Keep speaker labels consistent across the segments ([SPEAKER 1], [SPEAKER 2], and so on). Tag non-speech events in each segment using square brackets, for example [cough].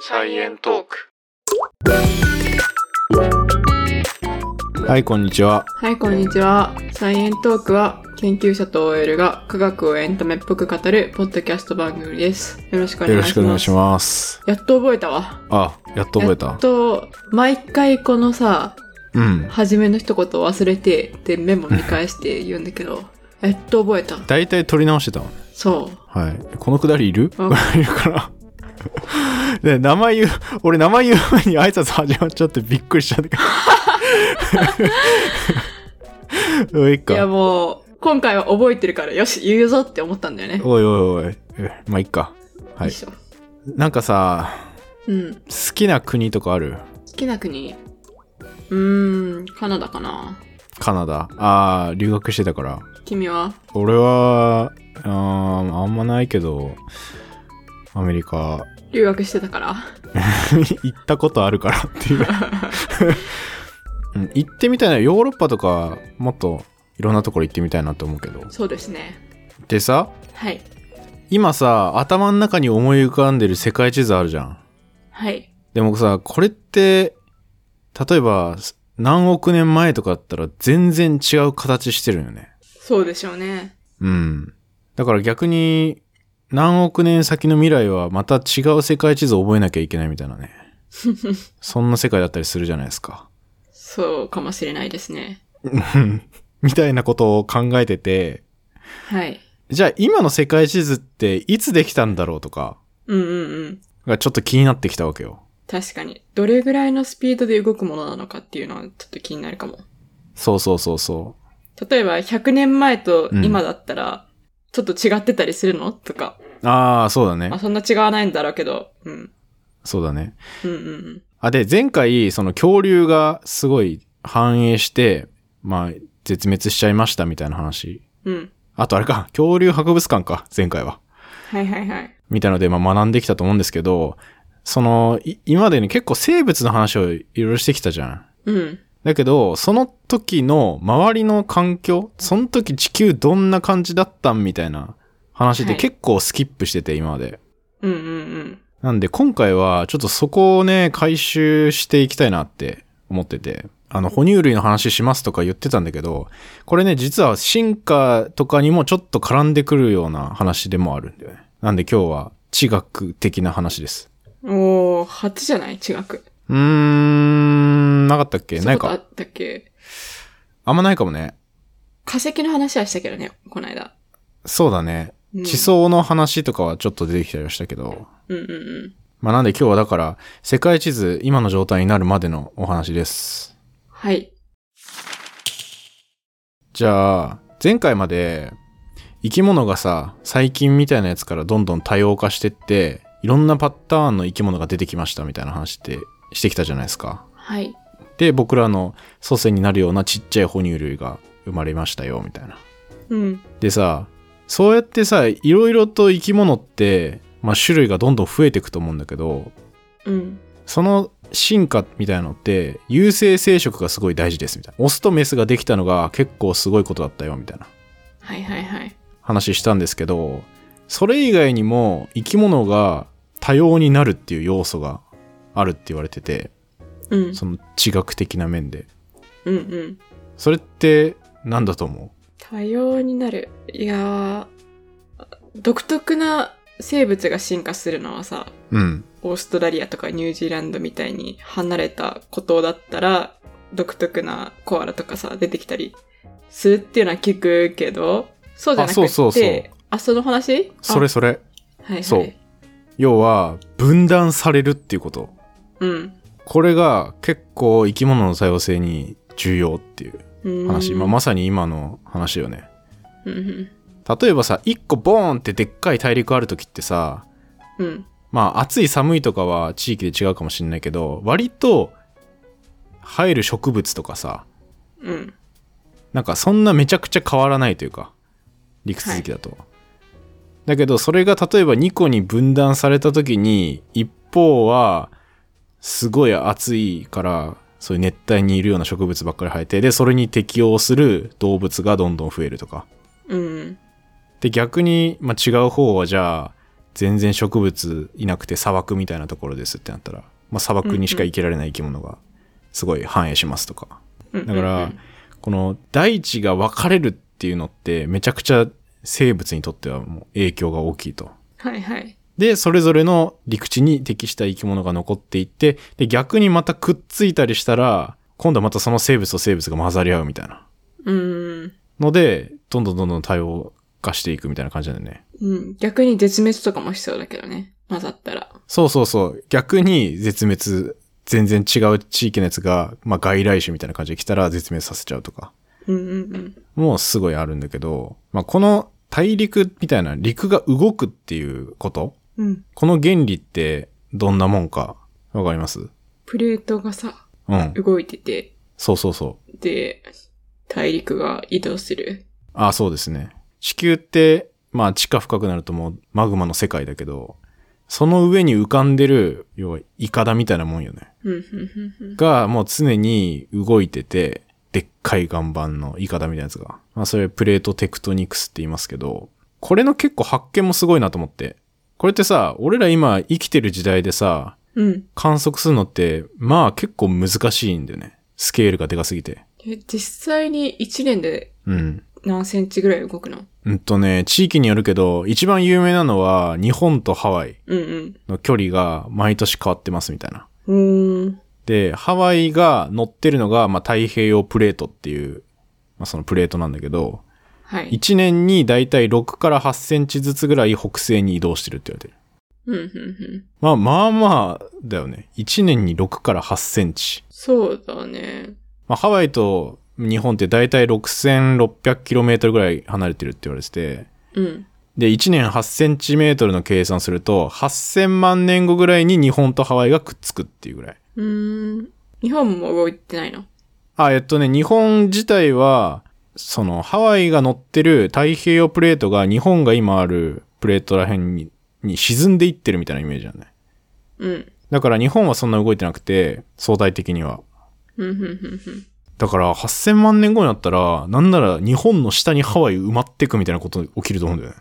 [SPEAKER 1] サイエントーク。
[SPEAKER 2] はい、こんにちは。
[SPEAKER 1] はい、こんにちは。サイエントークは、研究者と OL が科学をエンタメっぽく語るポッドキャスト番組です。よろしくお
[SPEAKER 2] よ
[SPEAKER 1] 願い
[SPEAKER 2] ろ
[SPEAKER 1] しま
[SPEAKER 2] し
[SPEAKER 1] す。
[SPEAKER 2] くお願いします。
[SPEAKER 1] やっと覚えたわ。
[SPEAKER 2] あ、やっと覚えた
[SPEAKER 1] やっ。と、毎回このさ、
[SPEAKER 2] うん。
[SPEAKER 1] 初めの一言を忘れて、で、メモ見返して言うんだけ
[SPEAKER 2] [laughs]
[SPEAKER 1] ど、やっと覚えた。
[SPEAKER 2] だいたい取り直してたもん。
[SPEAKER 1] そう。
[SPEAKER 2] はい。このくだりいる
[SPEAKER 1] うん
[SPEAKER 2] いるから。で、名前言う、俺名前言う前に挨拶始まっちゃってびっくりしちゃったから。 [laughs] おいいっ
[SPEAKER 1] いや
[SPEAKER 2] か。
[SPEAKER 1] もう、今回は覚えてるから、よし、言うぞって思ったんだよね。
[SPEAKER 2] おいおいおい。えまあ、いっか。はい
[SPEAKER 1] よしょ
[SPEAKER 2] なんかさ、
[SPEAKER 1] うん。好
[SPEAKER 2] 好きな国とかある
[SPEAKER 1] きな国。うーん、カナダかな。
[SPEAKER 2] カナダ。ああ、留学してたから。
[SPEAKER 1] 君は
[SPEAKER 2] 俺は、あーあんまないけど、アメリカ、
[SPEAKER 1] 留学してたから。
[SPEAKER 2] [laughs] 行ったことあるからっていう、 [laughs] うん行ってみたいなヨーロッパとかもっといろんなところ行ってみたいなと思うけど
[SPEAKER 1] そうですね。
[SPEAKER 2] でさ
[SPEAKER 1] はい。
[SPEAKER 2] 今さ頭の中に思い浮かんでる世界地図あるじゃん
[SPEAKER 1] はい。
[SPEAKER 2] でもさこれって例えば何億年前とかだったら全然違う形してるよね
[SPEAKER 1] そうでしょうね。
[SPEAKER 2] うんだから逆に何億年先の未来はまた違う世界地図を覚えなきゃいけないみたいなねそんな世界だったりするじゃないですか
[SPEAKER 1] そうかもしれないですね。
[SPEAKER 2] うん [laughs] みたいなことを考えてて、
[SPEAKER 1] はい。
[SPEAKER 2] じゃあ今の世界地図っていつできたんだろうとか、
[SPEAKER 1] うんうんうん。
[SPEAKER 2] がちょっと気になってきたわけよ。
[SPEAKER 1] 確かに。どれぐらいのスピードで動くものなのかっていうのはちょっと気になるかも。
[SPEAKER 2] そうそうそうそ
[SPEAKER 1] 例えば100年前と今だったら、ちょっと違ってたりするのとか。
[SPEAKER 2] う。ああ、そうだね
[SPEAKER 1] まあ。そんな違わないんだろうけど。うん。
[SPEAKER 2] そうだね。
[SPEAKER 1] うんうんうん。
[SPEAKER 2] あ、で、前回、その恐竜がすごい繁栄して、まあ、絶滅しちゃいましたみたいな話。
[SPEAKER 1] うん。
[SPEAKER 2] あとあれか、恐竜博物館か、前回は。
[SPEAKER 1] はいはいはい。
[SPEAKER 2] みたいので、まあ学んできたと思うんですけど、その、い今までね、結構生物の話をいろいろしてきたじゃん。
[SPEAKER 1] うん。
[SPEAKER 2] だけど、その時の周りの環境、その時地球どんな感じだったんみたいな話で
[SPEAKER 1] はい
[SPEAKER 2] 結構スキップしてて、今まで。
[SPEAKER 1] うんうんうん。
[SPEAKER 2] なんで今回はちょっとそこをね、回収していきたいなって思ってて。あの、哺乳類の話しますとか言ってたんだけど、これね、実は進化とかにもちょっと絡んでくるような話でもあるんだよね。なんで今日は地学的な話です。
[SPEAKER 1] おー、初じゃない違く。
[SPEAKER 2] うーん、なかったっけ
[SPEAKER 1] そん
[SPEAKER 2] な
[SPEAKER 1] ないことあ
[SPEAKER 2] か。
[SPEAKER 1] ったっけ
[SPEAKER 2] あんまないかもね。
[SPEAKER 1] 化石の話はしたけどね、この間。
[SPEAKER 2] そうだね。
[SPEAKER 1] うん
[SPEAKER 2] 地層の話とかはちょっと出てきたりはしたけど、
[SPEAKER 1] うんうんうん。
[SPEAKER 2] まあなんで今日はだから世界地図今の状態になるまでのお話です。
[SPEAKER 1] はい。
[SPEAKER 2] じゃあ前回まで生き物がさ細菌みたいなやつからどんどん多様化してっていろんなパターンの生き物が出てきましたみたいな話ってしてきたじゃないですか。
[SPEAKER 1] はい。
[SPEAKER 2] で僕らの祖先になるようなちっちゃい哺乳類が生まれましたよみたいな。
[SPEAKER 1] うん。
[SPEAKER 2] でさそうやってさいろいろと生き物って、まあ、種類がどんどん増えていくと思うんだけど
[SPEAKER 1] うん。
[SPEAKER 2] その進化みたいなのって有性生殖がすごい大事ですみたいなオスとメスができたのが結構すごいことだったよみたいな
[SPEAKER 1] はいはいはい。
[SPEAKER 2] 話したんですけどそれ以外にも生き物が多様になるっていう要素があるって言われてて
[SPEAKER 1] うん。
[SPEAKER 2] その地学的な面で
[SPEAKER 1] うんうん。
[SPEAKER 2] それって何だと思
[SPEAKER 1] 多様になる。いやー、独特な生物が進化するのはさ、
[SPEAKER 2] ううん
[SPEAKER 1] オーストラリアとかニュージーランドみたいに離れた孤島だったら、独特なコアラとかさ、出てきたりするっていうのは聞くけど、そうじゃなくて、
[SPEAKER 2] あそうそうそう
[SPEAKER 1] あその話
[SPEAKER 2] それ
[SPEAKER 1] あ
[SPEAKER 2] それ
[SPEAKER 1] はいはい。
[SPEAKER 2] そう。要は分断されるっていうこと
[SPEAKER 1] うん。
[SPEAKER 2] これが結構生き物の多様性に重要っていう
[SPEAKER 1] うーん
[SPEAKER 2] 話、まあ、まさに今の話よね
[SPEAKER 1] うんうん。
[SPEAKER 2] 例えばさ1個ボーンってでっかい大陸ある時ってさ
[SPEAKER 1] うん。
[SPEAKER 2] まあ暑い寒いとかは地域で違うかもしれないけど割と生える植物とかさ
[SPEAKER 1] うん。
[SPEAKER 2] なんかそんなめちゃくちゃ変わらないというか陸続きだと、だけどそれが例えば2個に分断された時に一方はすごい暑いからそういう熱帯にいるような植物ばっかり生えてでそれに適応する動物がどんどん増えるとか
[SPEAKER 1] うん。
[SPEAKER 2] で逆に、まあ、違う方はじゃあ全然植物いなくて砂漠みたいなところですってなったら、まあ、砂漠にしか生きられない生き物がすごい繁栄しますとか。
[SPEAKER 1] うん
[SPEAKER 2] だか
[SPEAKER 1] うんう
[SPEAKER 2] ら
[SPEAKER 1] ん、
[SPEAKER 2] この大地が分かれるっていうのってめちゃくちゃ生物にとってはもう影響が大きいと。
[SPEAKER 1] はいはい。
[SPEAKER 2] で、それぞれの陸地に適した生き物が残っていって、で、逆にまたくっついたりしたら、今度はまたその生物と生物が混ざり合うみたいな。
[SPEAKER 1] うん。
[SPEAKER 2] ので、どんどんどんどん多様化していくみたいな感じなんだよね。
[SPEAKER 1] うん。逆に絶滅とかもしそうだけどね。混ざったら。
[SPEAKER 2] そうそうそう。逆に絶滅、全然違う地域のやつが、まあ外来種みたいな感じで来たら絶滅させちゃうとか。
[SPEAKER 1] うんうんうん。
[SPEAKER 2] もうすごいあるんだけど、まあこの大陸みたいな陸が動くっていうこと
[SPEAKER 1] うん。
[SPEAKER 2] この原理ってどんなもんかわかります
[SPEAKER 1] プレートがさ、
[SPEAKER 2] うん。
[SPEAKER 1] 動いてて、
[SPEAKER 2] そうそうそう。
[SPEAKER 1] で、大陸が移動する。
[SPEAKER 2] あ、そうですね。地球って、まあ地下深くなるともうマグマの世界だけど、その上に浮かんでる、要はイカダみたいなもんよね。
[SPEAKER 1] うん、うん、うん、うん。
[SPEAKER 2] が、もう常に動いてて、でっかい岩盤のイカダみたいなやつが。まあそれプレートテクトニクスって言いますけど、これの結構発見もすごいなと思って。これってさ、俺ら今生きてる時代でさ、
[SPEAKER 1] うん。
[SPEAKER 2] 観測するのって、まあ結構難しいんだよね。スケールがでかすぎて。
[SPEAKER 1] え、実際に1年で
[SPEAKER 2] うん。
[SPEAKER 1] 何センチぐらい動くの
[SPEAKER 2] うんとね、地域によるけど、一番有名なのは、日本とハワイ
[SPEAKER 1] うん
[SPEAKER 2] の距離が毎年変わってますみたいな。
[SPEAKER 1] うん。うーん。
[SPEAKER 2] で、ハワイが乗ってるのが、まあ、太平洋プレートっていう、まあ、そのプレートなんだけど、
[SPEAKER 1] はい。
[SPEAKER 2] 1年にだいたい6から8センチずつぐらい北西に移動してるって言われてる。
[SPEAKER 1] うん、うん、うん。
[SPEAKER 2] まあまあまあだよね。1年に6から8センチ。
[SPEAKER 1] そうだね。
[SPEAKER 2] まあ、ハワイと日本ってだいたい 6600km ぐらい離れてるって言われてて、
[SPEAKER 1] うん。
[SPEAKER 2] で、1年8センチメートルの計算すると、8000万年後ぐらいに日本とハワイがくっつくっていうぐらい。
[SPEAKER 1] うーん。日本も動いてないの
[SPEAKER 2] あ、えっとね、日本自体は、その、ハワイが乗ってる太平洋プレートが日本が今あるプレートら辺にに沈んでいってるみたいなイメージだね。
[SPEAKER 1] うん。
[SPEAKER 2] だから日本はそんな動いてなくて、相対的には。
[SPEAKER 1] うん、うん、うん、うん。
[SPEAKER 2] だから8000万年後になったら、なんなら日本の下にハワイ埋まってくみたいなこと起きると思うんだよね。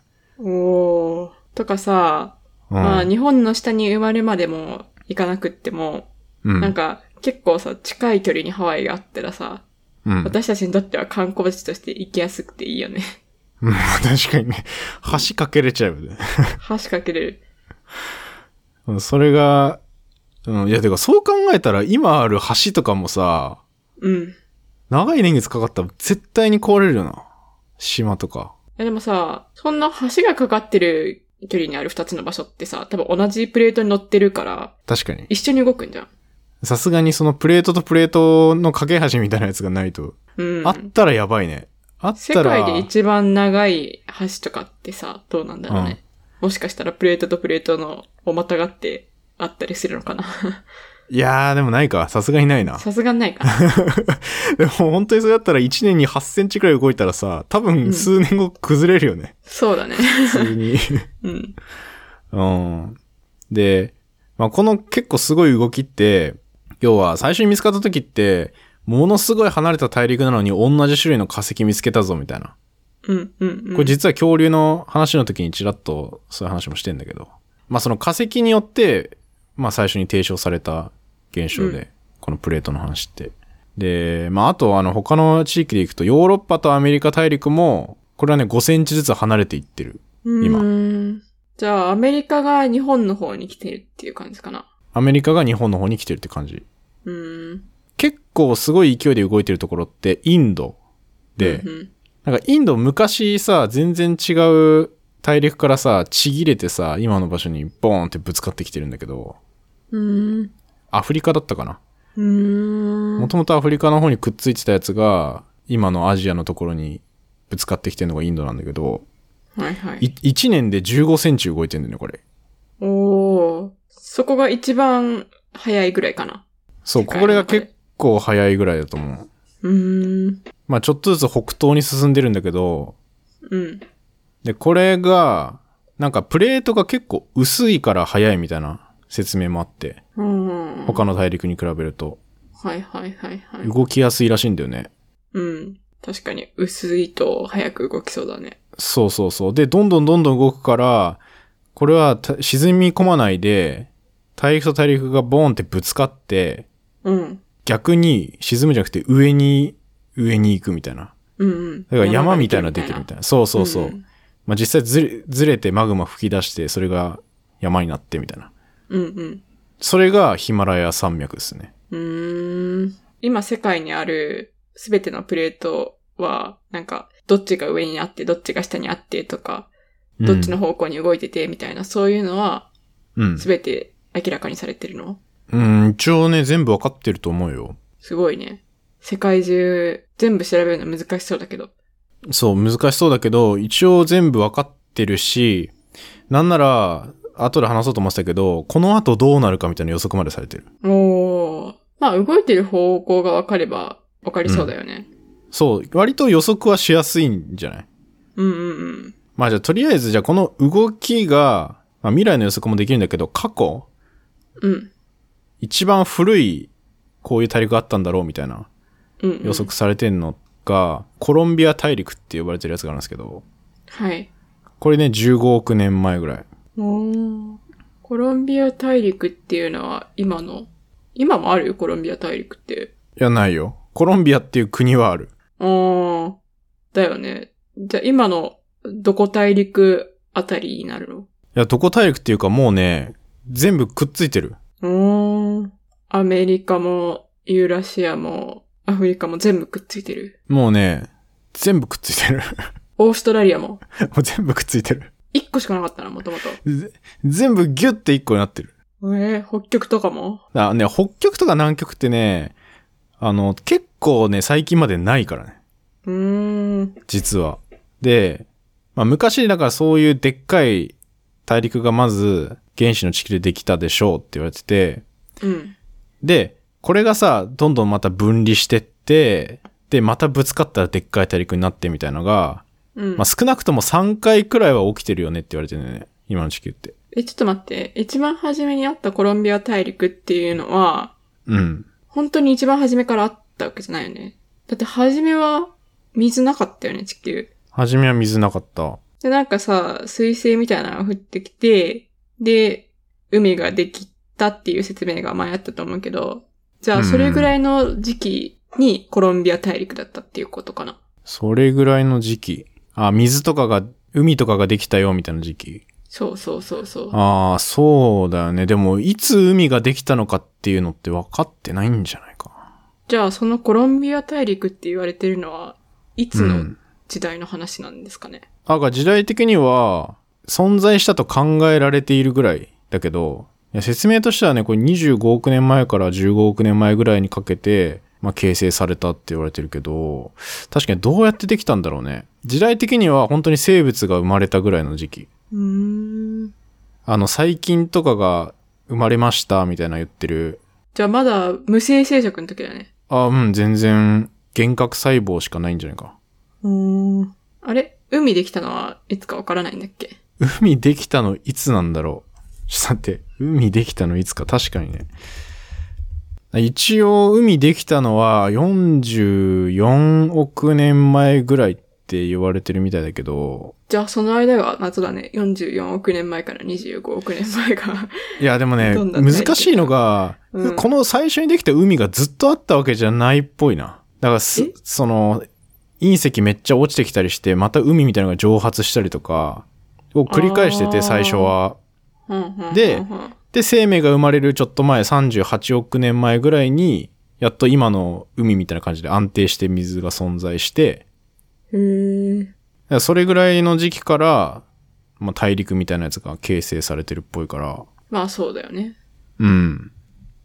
[SPEAKER 1] おー。とかさ、
[SPEAKER 2] うん。
[SPEAKER 1] まあ日本の下に生まれまでも行かなくっても、
[SPEAKER 2] うん、
[SPEAKER 1] なんか結構さ、近い距離にハワイがあったらさ、
[SPEAKER 2] うん、
[SPEAKER 1] 私たちにとっては観光地として行きやすくていいよね。 [laughs]
[SPEAKER 2] うん [laughs] 確かにね、橋かけれちゃうよね。
[SPEAKER 1] 橋かけれる。
[SPEAKER 2] うんそれが、うん、いや、てか、そう考えたら、今ある橋とかもさ、
[SPEAKER 1] うん。い
[SPEAKER 2] 長い年月かかったら絶対に壊れるよな。島とか。
[SPEAKER 1] やでもさ、そんな橋がかかってる距離にある二つの場所ってさ、多分同じプレートに乗ってるから、
[SPEAKER 2] 確かに。
[SPEAKER 1] 一緒に動くんじゃん。
[SPEAKER 2] さすがにそのプレートとプレートの架け橋みたいなやつがないと。
[SPEAKER 1] うん。
[SPEAKER 2] あったらやばいね。あっ
[SPEAKER 1] 世
[SPEAKER 2] たら。
[SPEAKER 1] 界で一番長い橋とかってさ、どうなんだろうね。もしかしたらプレートとプレートのをまたがってあったりするのかな。
[SPEAKER 2] いやー、でもないか。さすが
[SPEAKER 1] [laughs]
[SPEAKER 2] にないな。
[SPEAKER 1] さすがにないか
[SPEAKER 2] [laughs]
[SPEAKER 1] な。
[SPEAKER 2] でも本当にそれだったら1年に8センチくらい動いたらさ、多分数年後崩れるよね。
[SPEAKER 1] そうだね。
[SPEAKER 2] 普通に。
[SPEAKER 1] うん。
[SPEAKER 2] うん。で、まあ、この結構すごい動きって、要は最初に見つかった時って、ものすごい離れた大陸なのに同じ種類の化石見つけたぞみたいな。
[SPEAKER 1] うん、うん、うん。
[SPEAKER 2] これ実は恐竜の話の時にちらっとそういう話もしてんだけど。まあその化石によって、まあ最初に提唱された現象で、
[SPEAKER 1] うん
[SPEAKER 2] このプレートの話って。で、まああとあの他の地域で行くとヨーロッパとアメリカ大陸も、これはね5センチずつ離れていってる。今
[SPEAKER 1] うーん。じゃあ、アメリカが日本の方に来てるっていう感じかな。
[SPEAKER 2] アメリカが日本の方に来てるって感じ。
[SPEAKER 1] うーん。
[SPEAKER 2] 結構すごい勢いで動いてるところってインドで
[SPEAKER 1] う、ん
[SPEAKER 2] なんかインド昔さ、全然違う大陸からさ、ちぎれてさ、今の場所にボーンってぶつかってきてるんだけど、
[SPEAKER 1] うん。う
[SPEAKER 2] アフリカだったかな。
[SPEAKER 1] ーん。うー
[SPEAKER 2] も
[SPEAKER 1] ん。
[SPEAKER 2] ともとアフリカの方にくっついてたやつが、今のアジアのところにぶつかってきてるのがインドなんだけど、
[SPEAKER 1] はいはい。
[SPEAKER 2] 1年で15センチ動いてんだよね、これ。
[SPEAKER 1] おー。そこが一番早いぐらいかな。
[SPEAKER 2] そう、
[SPEAKER 1] 世界
[SPEAKER 2] これ
[SPEAKER 1] の
[SPEAKER 2] が
[SPEAKER 1] 中で
[SPEAKER 2] 結構早いぐらいだと思う。
[SPEAKER 1] うーん。
[SPEAKER 2] まあちょっとずつ北東に進んでるんだけど、
[SPEAKER 1] うん。
[SPEAKER 2] で、これが、なんかプレートが結構薄いから早いみたいな説明もあって、
[SPEAKER 1] うん。
[SPEAKER 2] 他の大陸に比べると
[SPEAKER 1] はいはいはいはい。
[SPEAKER 2] 動きやすいらしいんだよね。
[SPEAKER 1] うん。確かに、薄いと早く動きそうだね。
[SPEAKER 2] そうそうそう。で、どんどんどんどん動くから、これはた沈み込まないで、大陸と大陸がボーンってぶつかって、
[SPEAKER 1] うん。
[SPEAKER 2] 逆に沈むじゃなくて上に、上に行くみたいな。
[SPEAKER 1] うんうん。
[SPEAKER 2] だから山みたいなのできるみたいな。そうそうそう。
[SPEAKER 1] うん
[SPEAKER 2] まあ実際ずれずれてマグマ吹き出して、それが山になってみたいな。
[SPEAKER 1] うんうん。
[SPEAKER 2] それがヒマラヤ山脈ですね。
[SPEAKER 1] うーん。今世界にあるすべてのプレートは、なんか、どっちが上にあって、どっちが下にあってとか、
[SPEAKER 2] うん
[SPEAKER 1] どっちの方向に動いててみたいな、そういうのは
[SPEAKER 2] うん
[SPEAKER 1] す。べて明らかにされてるの
[SPEAKER 2] うん、一応ね、全部わかってると思うよ。
[SPEAKER 1] すごいね。世界中、全部調べるの難しそうだけど。
[SPEAKER 2] そう、難しそうだけど、一応全部わかってるし、なんなら、後で話そうと思ってたけど、この後どうなるかみたいな予測までされてる。
[SPEAKER 1] おー。まあ、動いてる方向がわかれば、わかりそうだよね。
[SPEAKER 2] そう、割と予測はしやすいんじゃない
[SPEAKER 1] うんうんうん。
[SPEAKER 2] まあじゃあとりあえずじゃあこの動きが、まあ、未来の予測もできるんだけど過去
[SPEAKER 1] うん。
[SPEAKER 2] 一番古いこういう大陸があったんだろうみたいな
[SPEAKER 1] うん、うん。
[SPEAKER 2] 予測されてんのが、コロンビア大陸って呼ばれてるやつがあるんですけど
[SPEAKER 1] はい。
[SPEAKER 2] これね15億年前ぐらい
[SPEAKER 1] おー。コロンビア大陸っていうのは今の、今もあるよ、コロンビア大陸って。
[SPEAKER 2] いやないよコロンビアっていう国はある
[SPEAKER 1] あー。だよね。じゃあ今の、どこ大陸あたりになるの
[SPEAKER 2] いやどこ大陸っていうかもうね全部くっついてる
[SPEAKER 1] うーん。アメリカも、ユーラシアも、アフリカも全部くっついてる。
[SPEAKER 2] もうね全部くっついてる [laughs]
[SPEAKER 1] オーストラリアも、
[SPEAKER 2] もう全部くっついてる
[SPEAKER 1] 一個しかなかったな、もともと。
[SPEAKER 2] ぜ全部ギュッて一個になってる
[SPEAKER 1] えー、北極とかも
[SPEAKER 2] あね、北極とか南極ってね、あの、結構ね、最近までないからね、
[SPEAKER 1] うーん。
[SPEAKER 2] 実は。で、まあ、昔、だからそういうでっかい大陸がまず原始の地球でできたでしょうって言われてて、
[SPEAKER 1] うん。
[SPEAKER 2] で、これがさ、どんどんまた分離してって、で、またぶつかったらでっかい大陸になってみたいのが、
[SPEAKER 1] うん。
[SPEAKER 2] まあ、少なくとも3回くらいは起きてるよねって言われてるね、今の地球って。
[SPEAKER 1] え、ちょっと待って。一番初めにあったコロンビア大陸っていうのは、
[SPEAKER 2] うん。
[SPEAKER 1] 本当に一番初めからあったわけじゃないよね。だって初めは水なかったよね、地球。
[SPEAKER 2] 初めは水なかった。
[SPEAKER 1] で、なんかさ、水星みたいなのが降ってきて、で、海ができたっていう説明が前あったと思うけど、じゃ
[SPEAKER 2] う
[SPEAKER 1] あ
[SPEAKER 2] ん
[SPEAKER 1] それぐらいの時期にコロンビア大陸だったっていうことかな。
[SPEAKER 2] それぐらいの時期。あ、水とかが、海とかができたよみたいな時期。
[SPEAKER 1] そうそうそうそう。
[SPEAKER 2] ああ、そうだよね。でも、いつ海ができたのかっていうのって分かってないんじゃないか。
[SPEAKER 1] じゃあそのコロンビア大陸って言われてるのは、いつ
[SPEAKER 2] う
[SPEAKER 1] の
[SPEAKER 2] ん
[SPEAKER 1] 時代の話なんですかね。
[SPEAKER 2] あが時代的には、存在したと考えられているぐらいだけど、いや説明としてはね、これ25億年前から15億年前ぐらいにかけて、まあ、形成されたって言われてるけど、確かにどうやってできたんだろうね。時代的には本当に生物が生まれたぐらいの時期。
[SPEAKER 1] うーん。
[SPEAKER 2] あの、細菌とかが生まれましたみたいな言ってる。
[SPEAKER 1] じゃあまだ無性生殖の時だね。
[SPEAKER 2] あ、うん、全然、幻覚細胞しかないんじゃないか。
[SPEAKER 1] うん。あれ海できたのはいつかわからないんだっけ
[SPEAKER 2] 海できたのいつなんだろう。ちょっと待って、海できたのいつか、確かにね。一応、海できたのは44億年前ぐらいって言われてるみたいだけど、
[SPEAKER 1] じゃあその間が謎だね。44億年前から25億年前が。
[SPEAKER 2] いや、でもね、
[SPEAKER 1] どんな大陸
[SPEAKER 2] 難しいのが、
[SPEAKER 1] うん
[SPEAKER 2] この最初にできた海がずっとあったわけじゃないっぽいな。だからす
[SPEAKER 1] え
[SPEAKER 2] その、隕石めっちゃ落ちてきたりして、また海みたいなのが蒸発したりとか、を繰り返して
[SPEAKER 1] あー
[SPEAKER 2] て、最初は。
[SPEAKER 1] [laughs] うんうんうんうん
[SPEAKER 2] でで、生命が生まれるちょっと前、38億年前ぐらいに、やっと今の海みたいな感じで安定して水が存在して、
[SPEAKER 1] へー
[SPEAKER 2] だからそれぐらいの時期から、まあ、大陸みたいなやつが形成されてるっぽいから、
[SPEAKER 1] まあそうだよね。
[SPEAKER 2] うん。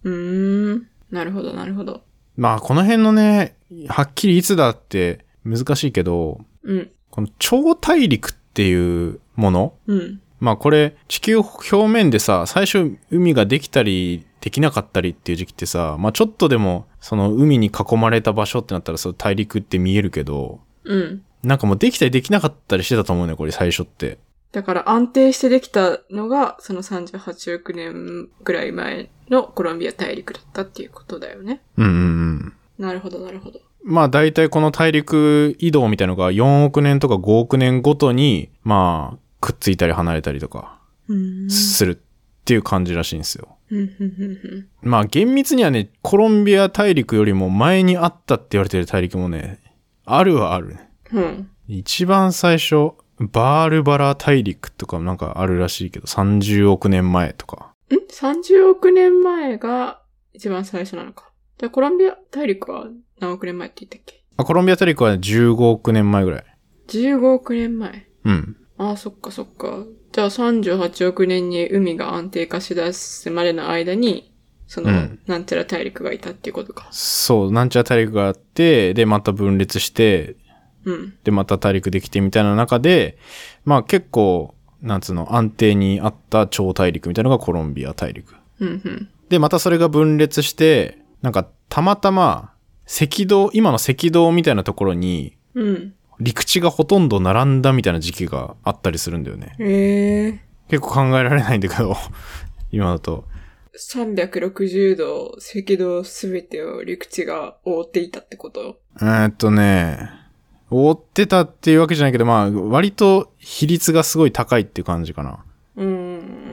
[SPEAKER 1] うーん。なるほど、なるほど。
[SPEAKER 2] まあこの辺のね、はっきりいつだって難しいけど、
[SPEAKER 1] うん。
[SPEAKER 2] この超大陸っていうもの、
[SPEAKER 1] うん。
[SPEAKER 2] まあこれ地球表面でさ、最初海ができたりできなかったりっていう時期ってさ、まあちょっとでもその海に囲まれた場所ってなったらその大陸って見えるけど、
[SPEAKER 1] うん。
[SPEAKER 2] なんかもうできたりできなかったりしてたと思うね、これ最初って。
[SPEAKER 1] だから安定してできたのが、その38億年ぐらい前のコロンビア大陸だったっていうことだよね。
[SPEAKER 2] うんうんうん。
[SPEAKER 1] なるほど、なるほど。
[SPEAKER 2] まあ大体この大陸移動みたいのが4億年とか5億年ごとに、まあくっついたり離れたりとか。
[SPEAKER 1] ううん。
[SPEAKER 2] するっていう感じらしいんですよ。
[SPEAKER 1] うんうんうん
[SPEAKER 2] まあ厳密にはね、コロンビア大陸よりも前にあったって言われてる大陸もね、あるはあるね。
[SPEAKER 1] うんうん。
[SPEAKER 2] 一番最初、バールバラ大陸とかもなんかあるらしいけど、30億年前とか。
[SPEAKER 1] ん ?30 億年前が一番最初なのか。じゃあコロンビア大陸は何億年前って言ったっけ
[SPEAKER 2] あコロンビア大陸は15億年前ぐらい。
[SPEAKER 1] ?15 億年前。
[SPEAKER 2] うん。
[SPEAKER 1] ああ、そっかそっか。じゃあ38億年に海が安定化しだすまでの間に、その、
[SPEAKER 2] うん
[SPEAKER 1] なんちゃら大陸がいたっていうことか。
[SPEAKER 2] そう、なんちゃら大陸があって、で、また分裂して、
[SPEAKER 1] うん。
[SPEAKER 2] で、また大陸できてみたいな中で、まあ結構、なんつうの、安定にあった超大陸みたいなのがコロンビア大陸。
[SPEAKER 1] うんうん。
[SPEAKER 2] で、またそれが分裂して、なんか、たまたま、赤道、今の赤道みたいなところに、
[SPEAKER 1] うん。
[SPEAKER 2] 陸地がほとんど並んだみたいな時期があったりするんだよね。
[SPEAKER 1] ええ
[SPEAKER 2] 結構考えられないんだけど、 [laughs] 今だと。
[SPEAKER 1] 360度、赤道すべてを陸地が覆っていたってこと
[SPEAKER 2] えーっとね、覆ってたっていうわけじゃないけど、まあ、割と比率がすごい高いっていう感じかな。
[SPEAKER 1] うー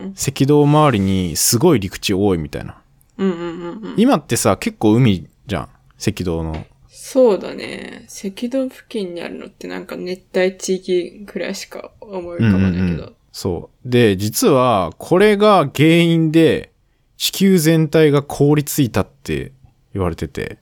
[SPEAKER 1] ん。
[SPEAKER 2] 赤道周りにすごい陸地多いみたいな。
[SPEAKER 1] うんうんうんうん。
[SPEAKER 2] 今ってさ、結構海じゃん。赤道の。
[SPEAKER 1] そうだね。赤道付近にあるのってなんか熱帯地域くらいしか思い浮かばないけど。
[SPEAKER 2] うんうんうんそう。で、実は、これが原因で、地球全体が凍りついたって言われてて。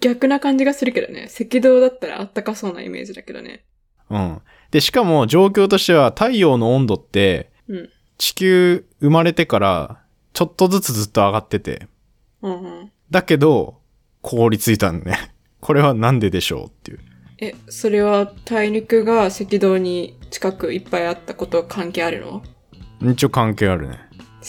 [SPEAKER 1] 逆な感じがするけどね。赤道だったらあったかそうなイメージだけどね。
[SPEAKER 2] うん。で、しかも状況としては、太陽の温度って、
[SPEAKER 1] うん。
[SPEAKER 2] 地球生まれてから、ちょっとずつずっと上がってて。
[SPEAKER 1] うんうん。
[SPEAKER 2] だけど、凍りついたんね。 [laughs] これはなんででしょうっていう。
[SPEAKER 1] え、それは大陸が赤道に近くいっぱいあったこと関係あるの
[SPEAKER 2] 一応関係あるね。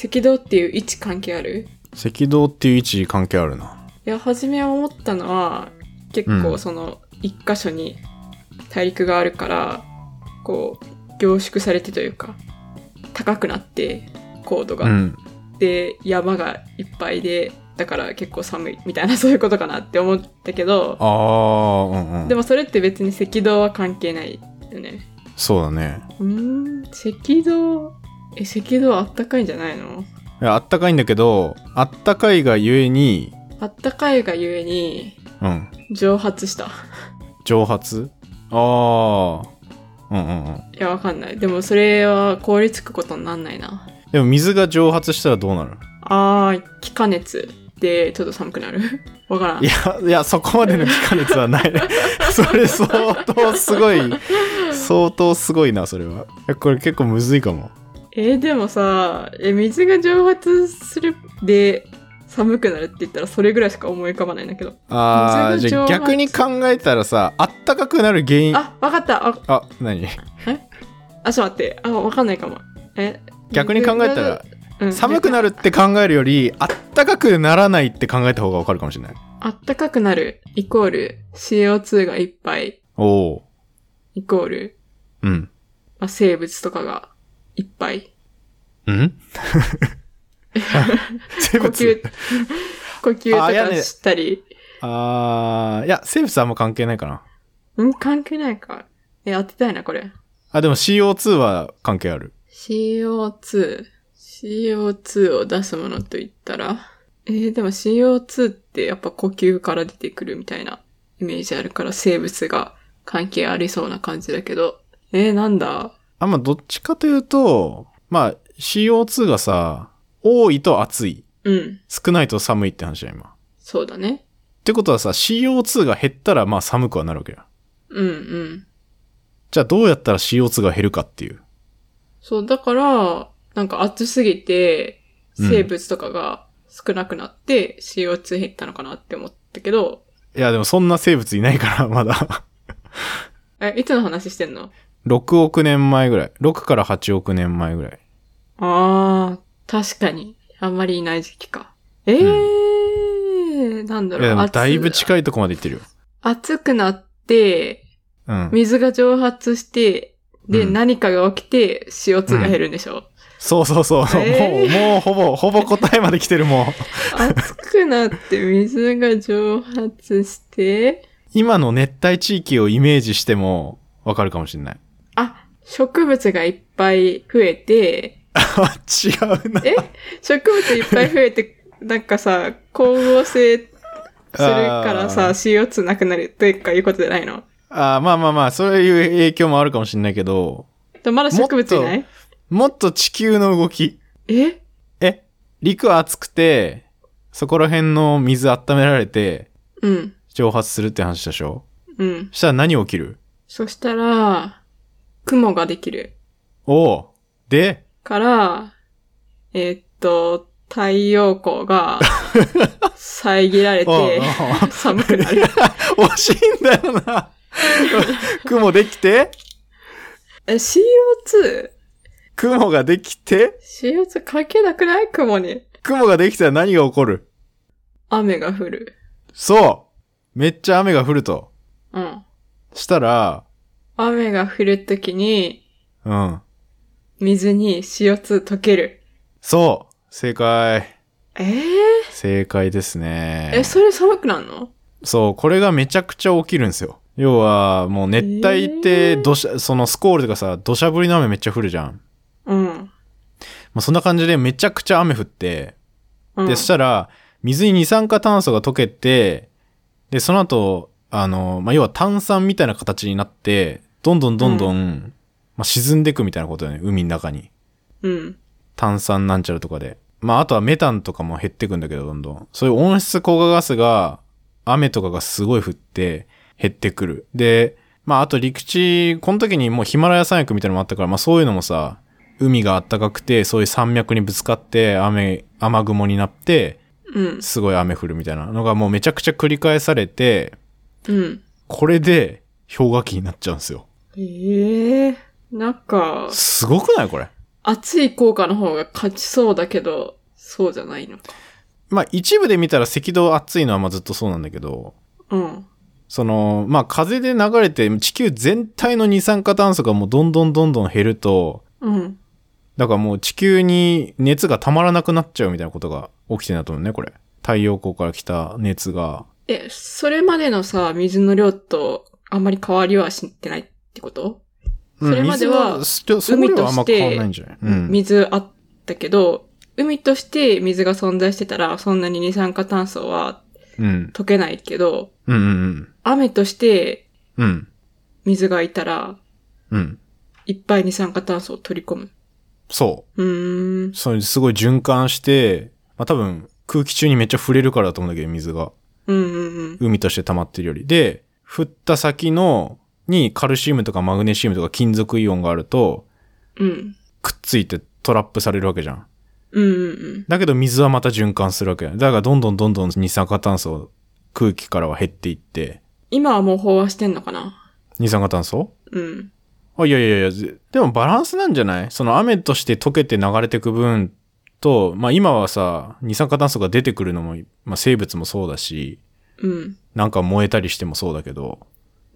[SPEAKER 1] 赤道っていう位置関係ある
[SPEAKER 2] 赤道っていう位置関係あるな。
[SPEAKER 1] いや、初め思ったのは、結
[SPEAKER 2] う
[SPEAKER 1] 構
[SPEAKER 2] ん
[SPEAKER 1] その、一箇所に大陸があるから、こう、凝縮されてというか、高くなって、高度
[SPEAKER 2] う
[SPEAKER 1] が。
[SPEAKER 2] ん。
[SPEAKER 1] で、山がいっぱいで、だから結構寒いみたいな、 [laughs] そういうことかなって思ったけど、
[SPEAKER 2] あー、うんうん。
[SPEAKER 1] でもそれって別に赤道は関係ないよね。
[SPEAKER 2] そうだね。
[SPEAKER 1] うーん、赤道、え、赤道あったかいんじゃないの
[SPEAKER 2] いやあったかいんだけど、あったかいがゆえに、
[SPEAKER 1] あったかいがゆえに、
[SPEAKER 2] うん、
[SPEAKER 1] 蒸発した。
[SPEAKER 2] 蒸発ああ、うんうんうん。
[SPEAKER 1] いや、わかんない。でもそれは凍りつくことになんないな。
[SPEAKER 2] でも水が蒸発したらどうなる
[SPEAKER 1] あー、気化熱でちょっと寒くなる [laughs] わからん。
[SPEAKER 2] いや、いや、そこまでの気化熱はない。 [laughs] それ相当すごい、相当すごいな、それは。いや、これ結構むずいかも。
[SPEAKER 1] えーでもさ、え、水が蒸発するで寒くなるって言ったらそれぐらいしか思い浮かばないんだけど。
[SPEAKER 2] ああ、
[SPEAKER 1] 水が
[SPEAKER 2] じ
[SPEAKER 1] 蒸
[SPEAKER 2] ゃあ
[SPEAKER 1] 発
[SPEAKER 2] 逆に考えたらさ、あったかくなる原因、あ、
[SPEAKER 1] あ、わかった。あ、
[SPEAKER 2] 何
[SPEAKER 1] あ、ちょっと待って。あ、わかんないかも。え
[SPEAKER 2] 逆に考えたら、、
[SPEAKER 1] 水がうん
[SPEAKER 2] 寒くなるって考えるより、あったかくならないって考えた方がわかるかもしれない。
[SPEAKER 1] あったかくなるイコール CO2 がいっぱい
[SPEAKER 2] おお
[SPEAKER 1] イコール、
[SPEAKER 2] ー、うん。
[SPEAKER 1] まあ、生物とかがいっぱい。
[SPEAKER 2] ん [laughs] 生
[SPEAKER 1] 呼吸 [laughs]
[SPEAKER 2] 物、
[SPEAKER 1] 呼吸と
[SPEAKER 2] あいやね
[SPEAKER 1] かしたり。
[SPEAKER 2] あーいや、生物あんま関係ないかな。
[SPEAKER 1] ん関係ないか。え、当てたいな、これ。
[SPEAKER 2] あ、でも CO2 は関係ある。
[SPEAKER 1] CO2。CO2 を出すものと言ったら。えーでも CO2 ってやっぱ呼吸から出てくるみたいなイメージあるから生物が関係ありそうな感じだけど。えーなんだ
[SPEAKER 2] あんまどっちかというと、まあ CO2 がさ、多いと暑い。
[SPEAKER 1] うん。
[SPEAKER 2] 少ないと寒いって話だ、今。っ
[SPEAKER 1] そうだね。
[SPEAKER 2] てことはさ、CO2 が減ったらまあ寒くはなるわけだ。
[SPEAKER 1] うんうん。
[SPEAKER 2] じゃあどうやったら CO2 が減るかっていう。
[SPEAKER 1] そう、だから、なんか暑すぎて、
[SPEAKER 2] うん
[SPEAKER 1] 生物とかが少なくなって CO2 減ったのかなって思ったけど、
[SPEAKER 2] いや、でもそんな生物いないから、 [laughs] まだ。
[SPEAKER 1] え、いつの話してんの
[SPEAKER 2] 6億年前ぐらい。6から8億年前ぐらい。
[SPEAKER 1] ああ、確かに。あんまりいない時期か。ええー、なんだ
[SPEAKER 2] い
[SPEAKER 1] ろ
[SPEAKER 2] や、で
[SPEAKER 1] う。
[SPEAKER 2] もだいぶ
[SPEAKER 1] い。
[SPEAKER 2] 近いとこまで行ってるよ。
[SPEAKER 1] 暑くなって、
[SPEAKER 2] うん。
[SPEAKER 1] 水が蒸発して、で、
[SPEAKER 2] うん
[SPEAKER 1] 何かが起きて CO2 が減るんでしょ、
[SPEAKER 2] そうそうそう。
[SPEAKER 1] えー
[SPEAKER 2] もう、もうほぼ、ほぼ答えまで来てるもう。
[SPEAKER 1] 暑くなって水が蒸発して、
[SPEAKER 2] 今の熱帯地域をイメージしてもわかるかもしれない。
[SPEAKER 1] あ、植物がいっぱい増えて、
[SPEAKER 2] あ、 [laughs] 違うな。
[SPEAKER 1] え植物いっぱい増えて、なんかさ、光合成するからさ、
[SPEAKER 2] あ
[SPEAKER 1] CO2 なくなるというかいうことじゃないの
[SPEAKER 2] あーまあまあまあ、そういう影響もあるかもしれないけど、
[SPEAKER 1] でもまだ植物いない
[SPEAKER 2] もっと地球の動き。
[SPEAKER 1] え
[SPEAKER 2] え陸は熱くて、そこら辺の水温められて、
[SPEAKER 1] うん。
[SPEAKER 2] 蒸発するって話でしょ
[SPEAKER 1] うん。
[SPEAKER 2] したら何起きる
[SPEAKER 1] そしたら、雲ができる。
[SPEAKER 2] おうで、
[SPEAKER 1] から、えーっと、太陽光が遮られ
[SPEAKER 2] おうおう [laughs]
[SPEAKER 1] て寒くなる。
[SPEAKER 2] 惜しいんだよな。 [laughs] 雲できて、
[SPEAKER 1] え、CO2?CO2
[SPEAKER 2] 雲ができて、
[SPEAKER 1] 関係なくない雲に。
[SPEAKER 2] 雲ができたら何が起こる
[SPEAKER 1] 雨が降る。
[SPEAKER 2] そうめっちゃ雨が降ると。
[SPEAKER 1] うん。
[SPEAKER 2] したら、
[SPEAKER 1] 雨が降るときに、
[SPEAKER 2] うん。
[SPEAKER 1] 水に CO2 溶ける。
[SPEAKER 2] そう正解。
[SPEAKER 1] えー、
[SPEAKER 2] 正解ですね。
[SPEAKER 1] え、それ寒くなんの
[SPEAKER 2] そう、これがめちゃくちゃ起きるんですよ。要は、もう熱帯って、土砂、そのスコールとかさ、土砂降りの雨めっちゃ降るじゃん。
[SPEAKER 1] うん。
[SPEAKER 2] もうそんな感じでめちゃくちゃ雨降って、
[SPEAKER 1] うん、
[SPEAKER 2] で、そしたら、水に二酸化炭素が溶けて、で、その後、あの、まあ、要は炭酸みたいな形になって、どんどんどんどん、まあ、沈んでくみたいなことだよね、海の中に。
[SPEAKER 1] うん。
[SPEAKER 2] 炭酸なんちゃらとかで。まあ、あとはメタンとかも減ってくんだけど、どんどん。そういう温室効果ガスが、雨とかがすごい降って、減ってくる。で、まあ、あと陸地、この時にもうヒマラヤ山脈みたいなのもあったから、まあ、そういうのもさ、海が暖かくて、そういう山脈にぶつかって、雨、雨雲になって、
[SPEAKER 1] うん。
[SPEAKER 2] すごい雨降るみたいなのがもうめちゃくちゃ繰り返されて、
[SPEAKER 1] うん。
[SPEAKER 2] これで氷河期になっちゃうんですよ。
[SPEAKER 1] えー、なんか、
[SPEAKER 2] すごくないこれ。
[SPEAKER 1] 熱い効果の方が勝ちそうだけど、そうじゃないのか。
[SPEAKER 2] まあ、一部で見たら赤道暑いのはまあずっとそうなんだけど、
[SPEAKER 1] うん。
[SPEAKER 2] その、まあ、風で流れて、地球全体の二酸化炭素がもうどんどんどんどん減ると、
[SPEAKER 1] うん。
[SPEAKER 2] だからもう地球に熱がたまらなくなっちゃうみたいなことが起きてるんだと思うね、これ。太陽光から来た熱が。
[SPEAKER 1] え、それまでのさ、水の量とあんまり変わりはしてないってこと、それまでは
[SPEAKER 2] うん水のそそこではあんま変わんないんじゃないうん。
[SPEAKER 1] 水あったけど、海として水が存在してたら、そんなに二酸化炭素は
[SPEAKER 2] うん。
[SPEAKER 1] 溶けないけど、
[SPEAKER 2] うんうん
[SPEAKER 1] 雨として
[SPEAKER 2] うん。うん。
[SPEAKER 1] 水がいたら、
[SPEAKER 2] うん。
[SPEAKER 1] いっぱい二酸化炭素を取り込む。
[SPEAKER 2] そう
[SPEAKER 1] ーん
[SPEAKER 2] う。。そうすごい循環して、まあ、多分空気中にめっちゃ触れるからだと思うんだけど、水が。
[SPEAKER 1] うんうんうん。
[SPEAKER 2] 海として溜まってるより。で、振った先の、にカルシウムとかマグネシウムとか金属イオンがあると、
[SPEAKER 1] うん。
[SPEAKER 2] くっついてトラップされるわけじゃん。
[SPEAKER 1] うんうんうん。
[SPEAKER 2] だけど水はまた循環するわけだ。だからどんどんどんどん二酸化炭素、空気からは減っていって、
[SPEAKER 1] 今はもう飽和してんのかな
[SPEAKER 2] 二酸化炭素
[SPEAKER 1] うん。
[SPEAKER 2] あ、いやいやいや、ぜでもバランスなんじゃないその雨として溶けて流れてく分と、まあ今はさ、二酸化炭素が出てくるのも、まあ生物もそうだし、
[SPEAKER 1] うん。
[SPEAKER 2] なんか燃えたりしてもそうだけど、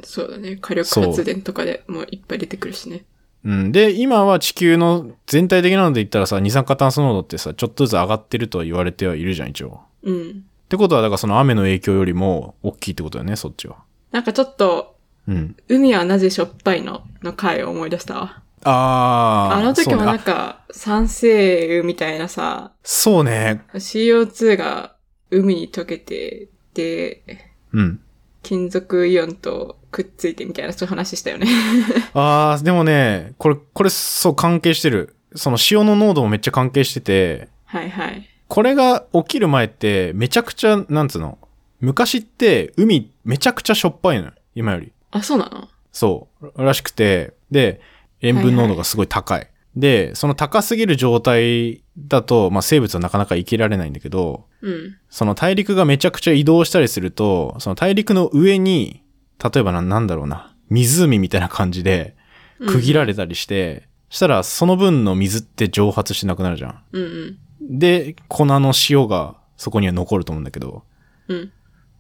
[SPEAKER 1] そうだね。火力発電とかでもういっぱい出てくるしね。
[SPEAKER 2] うん。で、今は地球の全体的なので言ったらさ、二酸化炭素濃度ってさ、ちょっとずつ上がってるとは言われてはいるじゃん、一応。
[SPEAKER 1] うん。
[SPEAKER 2] ってことは、だからその雨の影響よりも大きいってことだよね、そっちは。
[SPEAKER 1] なんかちょっと、
[SPEAKER 2] うん。
[SPEAKER 1] 海はなぜしょっぱいのの回を思い出したわ。
[SPEAKER 2] あー。
[SPEAKER 1] あの時もなん
[SPEAKER 2] か。
[SPEAKER 1] か、酸性雨みたいなさ、
[SPEAKER 2] そうね。
[SPEAKER 1] CO2 が海に溶けて、で、
[SPEAKER 2] うん。
[SPEAKER 1] 金属イオンとくっついてみたいな、そういう話したよね。 [laughs]
[SPEAKER 2] あー、でもね、これ、これ、そう、関係してる。その塩の濃度もめっちゃ関係してて、
[SPEAKER 1] はいはい。
[SPEAKER 2] これが起きる前って、めちゃくちゃ、なんつうの。昔って、海、めちゃくちゃしょっぱいのよ。今より。
[SPEAKER 1] あ、そうなの
[SPEAKER 2] そう、らしくて、で、塩分濃度がすごい高い。で、その高すぎる状態だと、まあ生物はなかなか生きられないんだけど、
[SPEAKER 1] うん。
[SPEAKER 2] その大陸がめちゃくちゃ移動したりすると、その大陸の上に、例えばななんだろうな、湖みたいな感じで
[SPEAKER 1] うん
[SPEAKER 2] 区切られたりして、したらその分の水って蒸発しなくなるじゃん。
[SPEAKER 1] うんうん。
[SPEAKER 2] で、粉の塩がそこには残ると思うんだけど、
[SPEAKER 1] うん。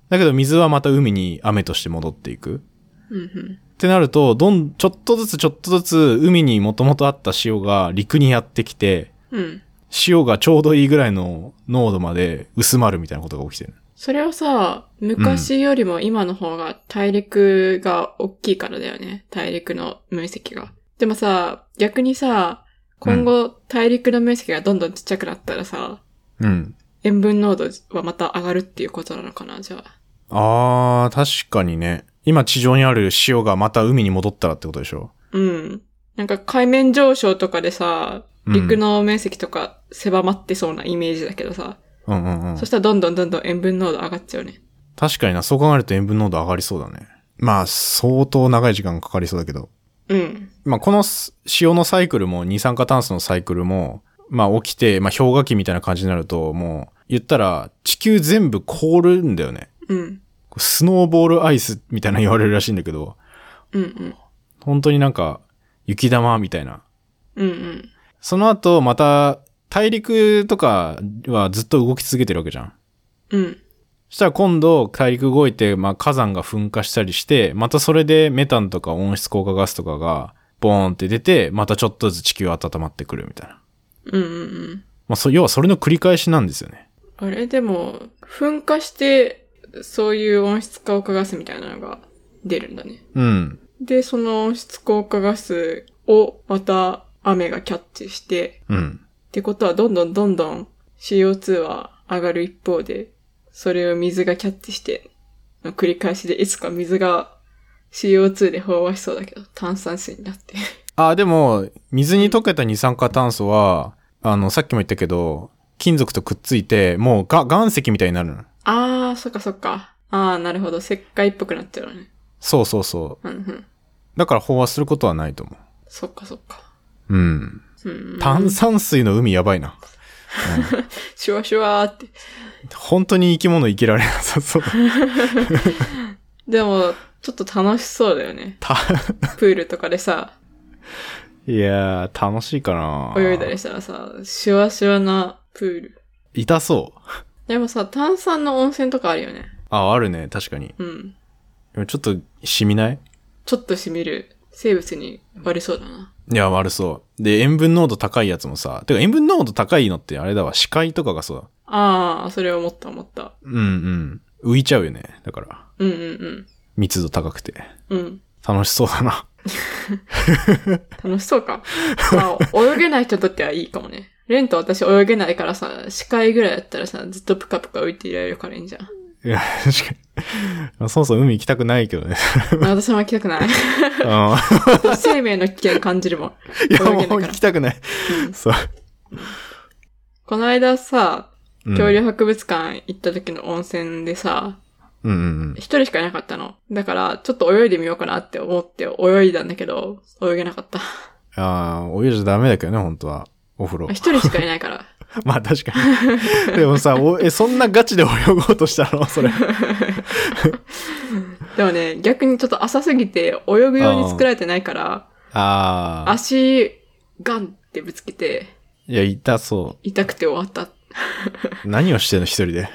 [SPEAKER 2] だけど水はまた海に雨として戻っていく。
[SPEAKER 1] うんうん。
[SPEAKER 2] ってなると、どん、ちょっとずつちょっとずつ海にもともとあった塩が陸にやってきて、
[SPEAKER 1] うん。
[SPEAKER 2] 塩がちょうどいいぐらいの濃度まで薄まるみたいなことが起きてる。
[SPEAKER 1] それはさ、昔よりも今の方が大陸が大きいからだよね。大陸の面積が。でもさ、逆にさ、今後大陸の面積がどんどんちっちゃくなったらさ、
[SPEAKER 2] うん。
[SPEAKER 1] 塩分濃度はまた上がるっていうことなのかな、じゃあ。
[SPEAKER 2] あー、確かにね。今地上にある塩がまた海に戻ったらってことでしょ。
[SPEAKER 1] うん。なんか海面上昇とかでさ、
[SPEAKER 2] うん
[SPEAKER 1] 陸の面積とか狭まってそうなイメージだけどさ、
[SPEAKER 2] うんうんうん
[SPEAKER 1] そ。したらどんどんどんどん塩分濃度上がっちゃうね。
[SPEAKER 2] 確かにな、そう考えると塩分濃度上がりそうだね。まあ、相当長い時間かかりそうだけど。
[SPEAKER 1] うん。
[SPEAKER 2] まあ、このす塩のサイクルも二酸化炭素のサイクルも、まあ、起きて、まあ、氷河期みたいな感じになると、もう、言ったら、地球全部凍るんだよね。
[SPEAKER 1] うん。
[SPEAKER 2] スノーボールアイスみたいなの言われるらしいんだけど、
[SPEAKER 1] うんうん。
[SPEAKER 2] 本当になんか、雪玉みたいな。
[SPEAKER 1] うんうん。
[SPEAKER 2] その後、また、大陸とかはずっと動き続けてるわけじゃん。
[SPEAKER 1] うん。
[SPEAKER 2] そしたら今度、大陸動いて、まあ、火山が噴火したりして、またそれでメタンとか温室効果ガスとかが、ボーンって出て、またちょっとずつ地球温まってくるみたいな。
[SPEAKER 1] うんうんうん。
[SPEAKER 2] まあ、そ要はそれの繰り返しなんですよね。
[SPEAKER 1] あれでも、噴火して、そういう温室効果ガスみたいなのが出るんだね。
[SPEAKER 2] うん。
[SPEAKER 1] で、その温室効果ガスをまた雨がキャッチして、
[SPEAKER 2] うん。
[SPEAKER 1] ってことはどんどんどんどん CO2 は上がる一方で、それを水がキャッチして、の繰り返しでいつか水が CO2 で飽和しそうだけど、炭酸水になって。
[SPEAKER 2] あ、でも、水に溶けた二酸化炭素は、あの、さっきも言ったけど、金属とくっついて、もうが岩石みたいになるの。
[SPEAKER 1] [laughs] あー、そっかそっか。あー、なるほど。石灰っぽくなっちゃうのね。
[SPEAKER 2] そうそうそ
[SPEAKER 1] うんうん。
[SPEAKER 2] う。だから飽和することはないと思
[SPEAKER 1] そっかそっか。
[SPEAKER 2] う。うん。
[SPEAKER 1] うん。
[SPEAKER 2] 炭酸水の海やばいな。
[SPEAKER 1] シュワシュワーって。
[SPEAKER 2] 本当に生き物生きられなさそう。
[SPEAKER 1] でも、ちょっと楽しそうだよ
[SPEAKER 2] [laughs]
[SPEAKER 1] ね。
[SPEAKER 2] [laughs] た
[SPEAKER 1] プールとかでさ、
[SPEAKER 2] いやー、楽しいかな
[SPEAKER 1] 泳いだりしたらさ、シュワシュワなプール。
[SPEAKER 2] 痛そう。
[SPEAKER 1] でもさ、炭酸の温泉とかあるよね。
[SPEAKER 2] あ、あるね、確かに。
[SPEAKER 1] うん。
[SPEAKER 2] でもちょっと、染みない
[SPEAKER 1] ちょっと染みる生物に悪そうだな。
[SPEAKER 2] いや、悪そう。で、塩分濃度高いやつもさ、てか塩分濃度高いのってあれだわ、視界とかがそうだ。
[SPEAKER 1] あー、それ思った思った。
[SPEAKER 2] うんうん。浮いちゃうよね。だから、
[SPEAKER 1] うんうん
[SPEAKER 2] 密度高くて。
[SPEAKER 1] うん。うん。
[SPEAKER 2] 楽しそうだな。
[SPEAKER 1] 楽しそうか。まあ、泳げない人にとってはいいかもね。レンと私泳げないからさ、視界ぐらいだったらさ、ずっとぷかぷか浮いていられるからいいん
[SPEAKER 2] [laughs]
[SPEAKER 1] じゃん。
[SPEAKER 2] [laughs] いや、確かに [laughs] まあ。そもそも海行きたくないけど [laughs] ね。
[SPEAKER 1] まあ私も行きたく
[SPEAKER 2] [laughs]
[SPEAKER 1] ない。
[SPEAKER 2] うんいや、
[SPEAKER 1] 生命の危険感じるもん。泳げないから
[SPEAKER 2] もう行きたくない。 [laughs] そう。
[SPEAKER 1] この間さ、
[SPEAKER 2] うん
[SPEAKER 1] 恐竜博物館行った時の温泉でさ、
[SPEAKER 2] うんうんうん。
[SPEAKER 1] 一人しかいなかったの。だから、ちょっと泳いでみようかなって思って泳いだんだけど、泳げなかった。
[SPEAKER 2] ああ、泳いじゃダメだけどね、本当は。お風呂。
[SPEAKER 1] 一人しかいないから。
[SPEAKER 2] [laughs] まあ確かに。でもさ、おえ、そんなガチで泳ごうとしたの [laughs] それ。
[SPEAKER 1] でもね、逆にちょっと浅すぎて、泳ぐように作られてないから、
[SPEAKER 2] ああ。
[SPEAKER 1] 足、ガンってぶつけて、
[SPEAKER 2] いや、痛そ
[SPEAKER 1] 痛くて終わった。
[SPEAKER 2] う。何をしてんの、一人で。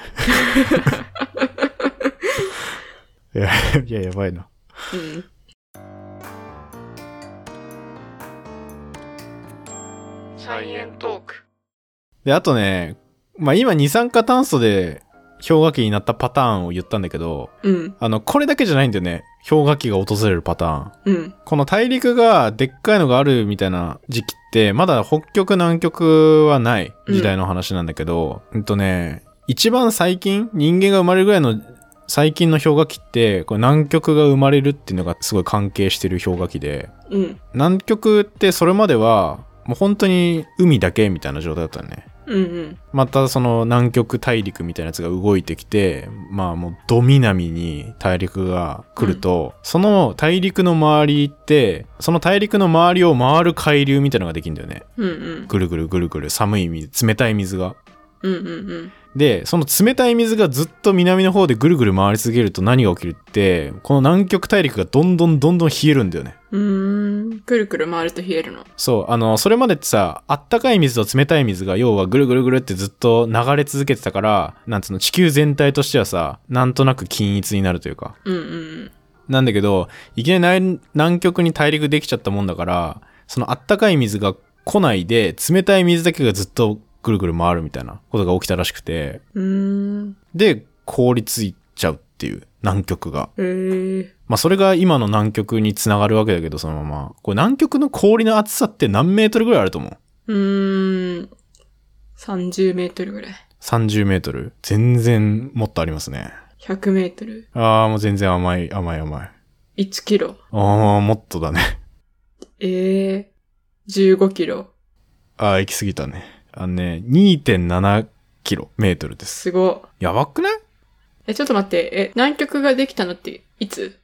[SPEAKER 2] いや、いや、やばいな。
[SPEAKER 1] うん。サイエントーク。
[SPEAKER 2] で、あとね、まあ今、二酸化炭素で氷河期になったパターンを言ったんだけど、
[SPEAKER 1] うん、
[SPEAKER 2] あの、これだけじゃないんだよね。氷河期が訪れるパターン。
[SPEAKER 1] うん、
[SPEAKER 2] この大陸がでっかいのがあるみたいな時期って、まだ北極南極はない時代の話なんだけど、うん、とね、一番最近、人間が生まれるぐらいの最近の氷河期って、これ南極が生まれるっていうのがすごい関係してる氷河期で、
[SPEAKER 1] うん、
[SPEAKER 2] 南極ってそれまでは、もう本当に海だけみたいな状態だったのね。
[SPEAKER 1] うん、うん、
[SPEAKER 2] またその南極大陸みたいなやつが動いてきてまあもうど南に大陸が来ると、その大陸の周りってその大陸の周りを回る海流みたいのができるんだよね
[SPEAKER 1] うん、うん、
[SPEAKER 2] ぐるぐるぐるぐる寒い水冷たい水が
[SPEAKER 1] うん、うん、
[SPEAKER 2] でその冷たい水がずっと南の方でぐるぐる回り続けると何が起きるってこの南極大陸がどんどんどんどん冷えるんだよね
[SPEAKER 1] うん。うーん、くるくる回ると冷えるの。
[SPEAKER 2] そう、あの、それまでってさ、あったかい水と冷たい水が、要はぐるぐるぐるってずっと流れ続けてたから、なんつうの、地球全体としてはさ、なんとなく均一になるというか。
[SPEAKER 1] うん、うん、
[SPEAKER 2] なんだけど、いきなり南南極に大陸できちゃったもんだから、そのあったかい水が来ないで、冷たい水だけがずっとぐるぐる回るみたいなことが起きたらしくて、
[SPEAKER 1] うん。うーん、
[SPEAKER 2] で、凍りついちゃうっっていう南極が。
[SPEAKER 1] えー、
[SPEAKER 2] まあそれが今の南極につながるわけだけどそのまま。これ南極の氷の厚さって何メートルぐらいあると思う
[SPEAKER 1] うーん、30メートルぐらい。
[SPEAKER 2] ?30 メートル全然もっとありますね。
[SPEAKER 1] 100メートル。
[SPEAKER 2] ああ、もう全然甘い、甘い、甘い。
[SPEAKER 1] 1キロ。
[SPEAKER 2] ああ、もっとだね。 [laughs]
[SPEAKER 1] えー、15キロ。
[SPEAKER 2] ああ、行き過ぎたね。あのね、2.7キロメートルです。
[SPEAKER 1] すご。
[SPEAKER 2] やばくない
[SPEAKER 1] え、ちょっと待って。え、南極ができたのっていつ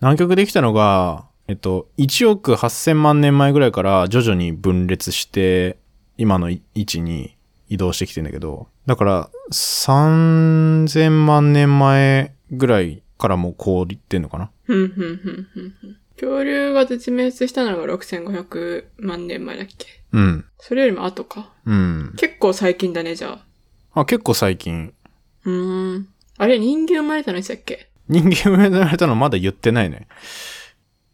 [SPEAKER 2] 南極できたのが、えっと、1億8000万年前ぐらいから徐々に分裂して、今のい位置に移動してきてんだけど、だから3000万年前ぐらいからもう氷ってんのかな
[SPEAKER 1] ふんふんふんふんふん。恐竜が絶滅したのが6500万年前だっけ
[SPEAKER 2] うん。
[SPEAKER 1] それよりも後か。
[SPEAKER 2] うん。
[SPEAKER 1] 結構最近だね、じゃあ。
[SPEAKER 2] あ、結構最近。
[SPEAKER 1] うーん。あれ、人間生まれたのいつだっけ
[SPEAKER 2] 人間生まれたのまだ言ってないね。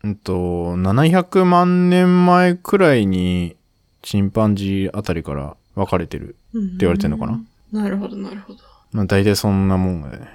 [SPEAKER 2] うんと、700万年前くらいにチンパンジーあたりから分かれてる
[SPEAKER 1] って
[SPEAKER 2] 言われてんのかな
[SPEAKER 1] なるほど、なるほど。
[SPEAKER 2] まあ大体そんなもんだね。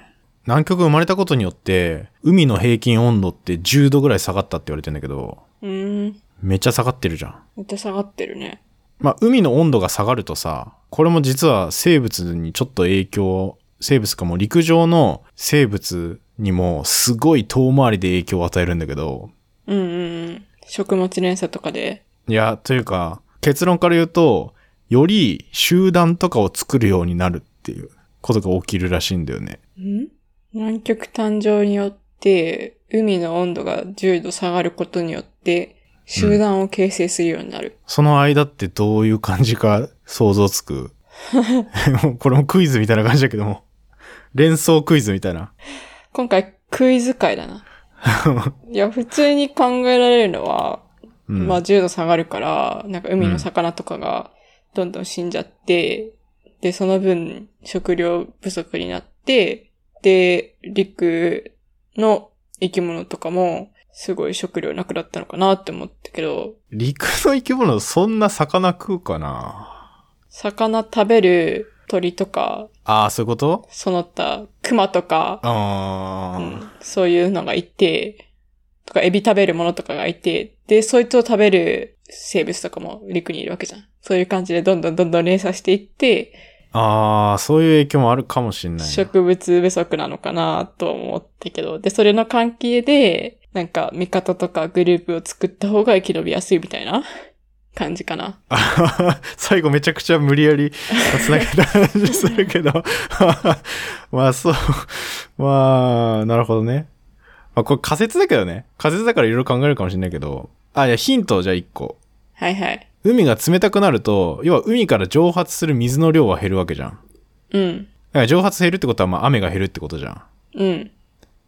[SPEAKER 2] 南極生まれたことによって、海の平均温度って10度ぐらい下がったって言われてんだけど、
[SPEAKER 1] うーん。
[SPEAKER 2] めっちゃ下がってるじゃん。
[SPEAKER 1] めっちゃ下がってるね。
[SPEAKER 2] まあ海の温度が下がるとさ、これも実は生物にちょっと影響、生物かも陸上の生物にもすごい遠回りで影響を与えるんだけど、
[SPEAKER 1] うんうんうん。食物連鎖とかで。
[SPEAKER 2] いや、というか、結論から言うと、より集団とかを作るようになるっていうことが起きるらしいんだよね。
[SPEAKER 1] ん南極誕生によって、海の温度が10度下がることによって、集団を形成するようになる。
[SPEAKER 2] その間ってどういう感じか想像つく [laughs] もうこれもクイズみたいな感じだけども。連想クイズみたいな。 [laughs]
[SPEAKER 1] 今回、クイズ会だな。いや、普通に考えられるのは、
[SPEAKER 2] うん
[SPEAKER 1] まあ10度下がるから、なんか海の魚とかがどんどん死んじゃって、で、その分食料不足になって、で、陸の生き物とかもすごい食料なくなったのかなって思ったけど、
[SPEAKER 2] 陸の生き物そんな魚食うかな
[SPEAKER 1] 魚食べる鳥とか、
[SPEAKER 2] ああ、そういうこと
[SPEAKER 1] その他熊とか、
[SPEAKER 2] あ
[SPEAKER 1] う
[SPEAKER 2] ー
[SPEAKER 1] んそういうのがいて、とかエビ食べるものとかがいて、で、そいつを食べる生物とかも陸にいるわけじゃん。そういう感じでどんどんどんどん連鎖していって、
[SPEAKER 2] あー、そういう影響もあるかもしんないな。
[SPEAKER 1] 植物不足なのかなと思ったけど、で、それの関係で、なんか味方とかグループを作った方が生き延びやすいみたいな感じかな。
[SPEAKER 2] 最後めちゃくちゃ無理やり繋げた話するけど。 [laughs] まあそう。まあ、なるほどね。まあこれ仮説だけどね。仮説だからいろいろ考えるかもしれないけど。あ、いやヒントをじゃあ一個。
[SPEAKER 1] はいはい。
[SPEAKER 2] 海が冷たくなると、要は海から蒸発する水の量は減るわけじゃん。だ
[SPEAKER 1] うん。
[SPEAKER 2] から蒸発減るってことはまあ雨が減るってことじゃん。
[SPEAKER 1] うん。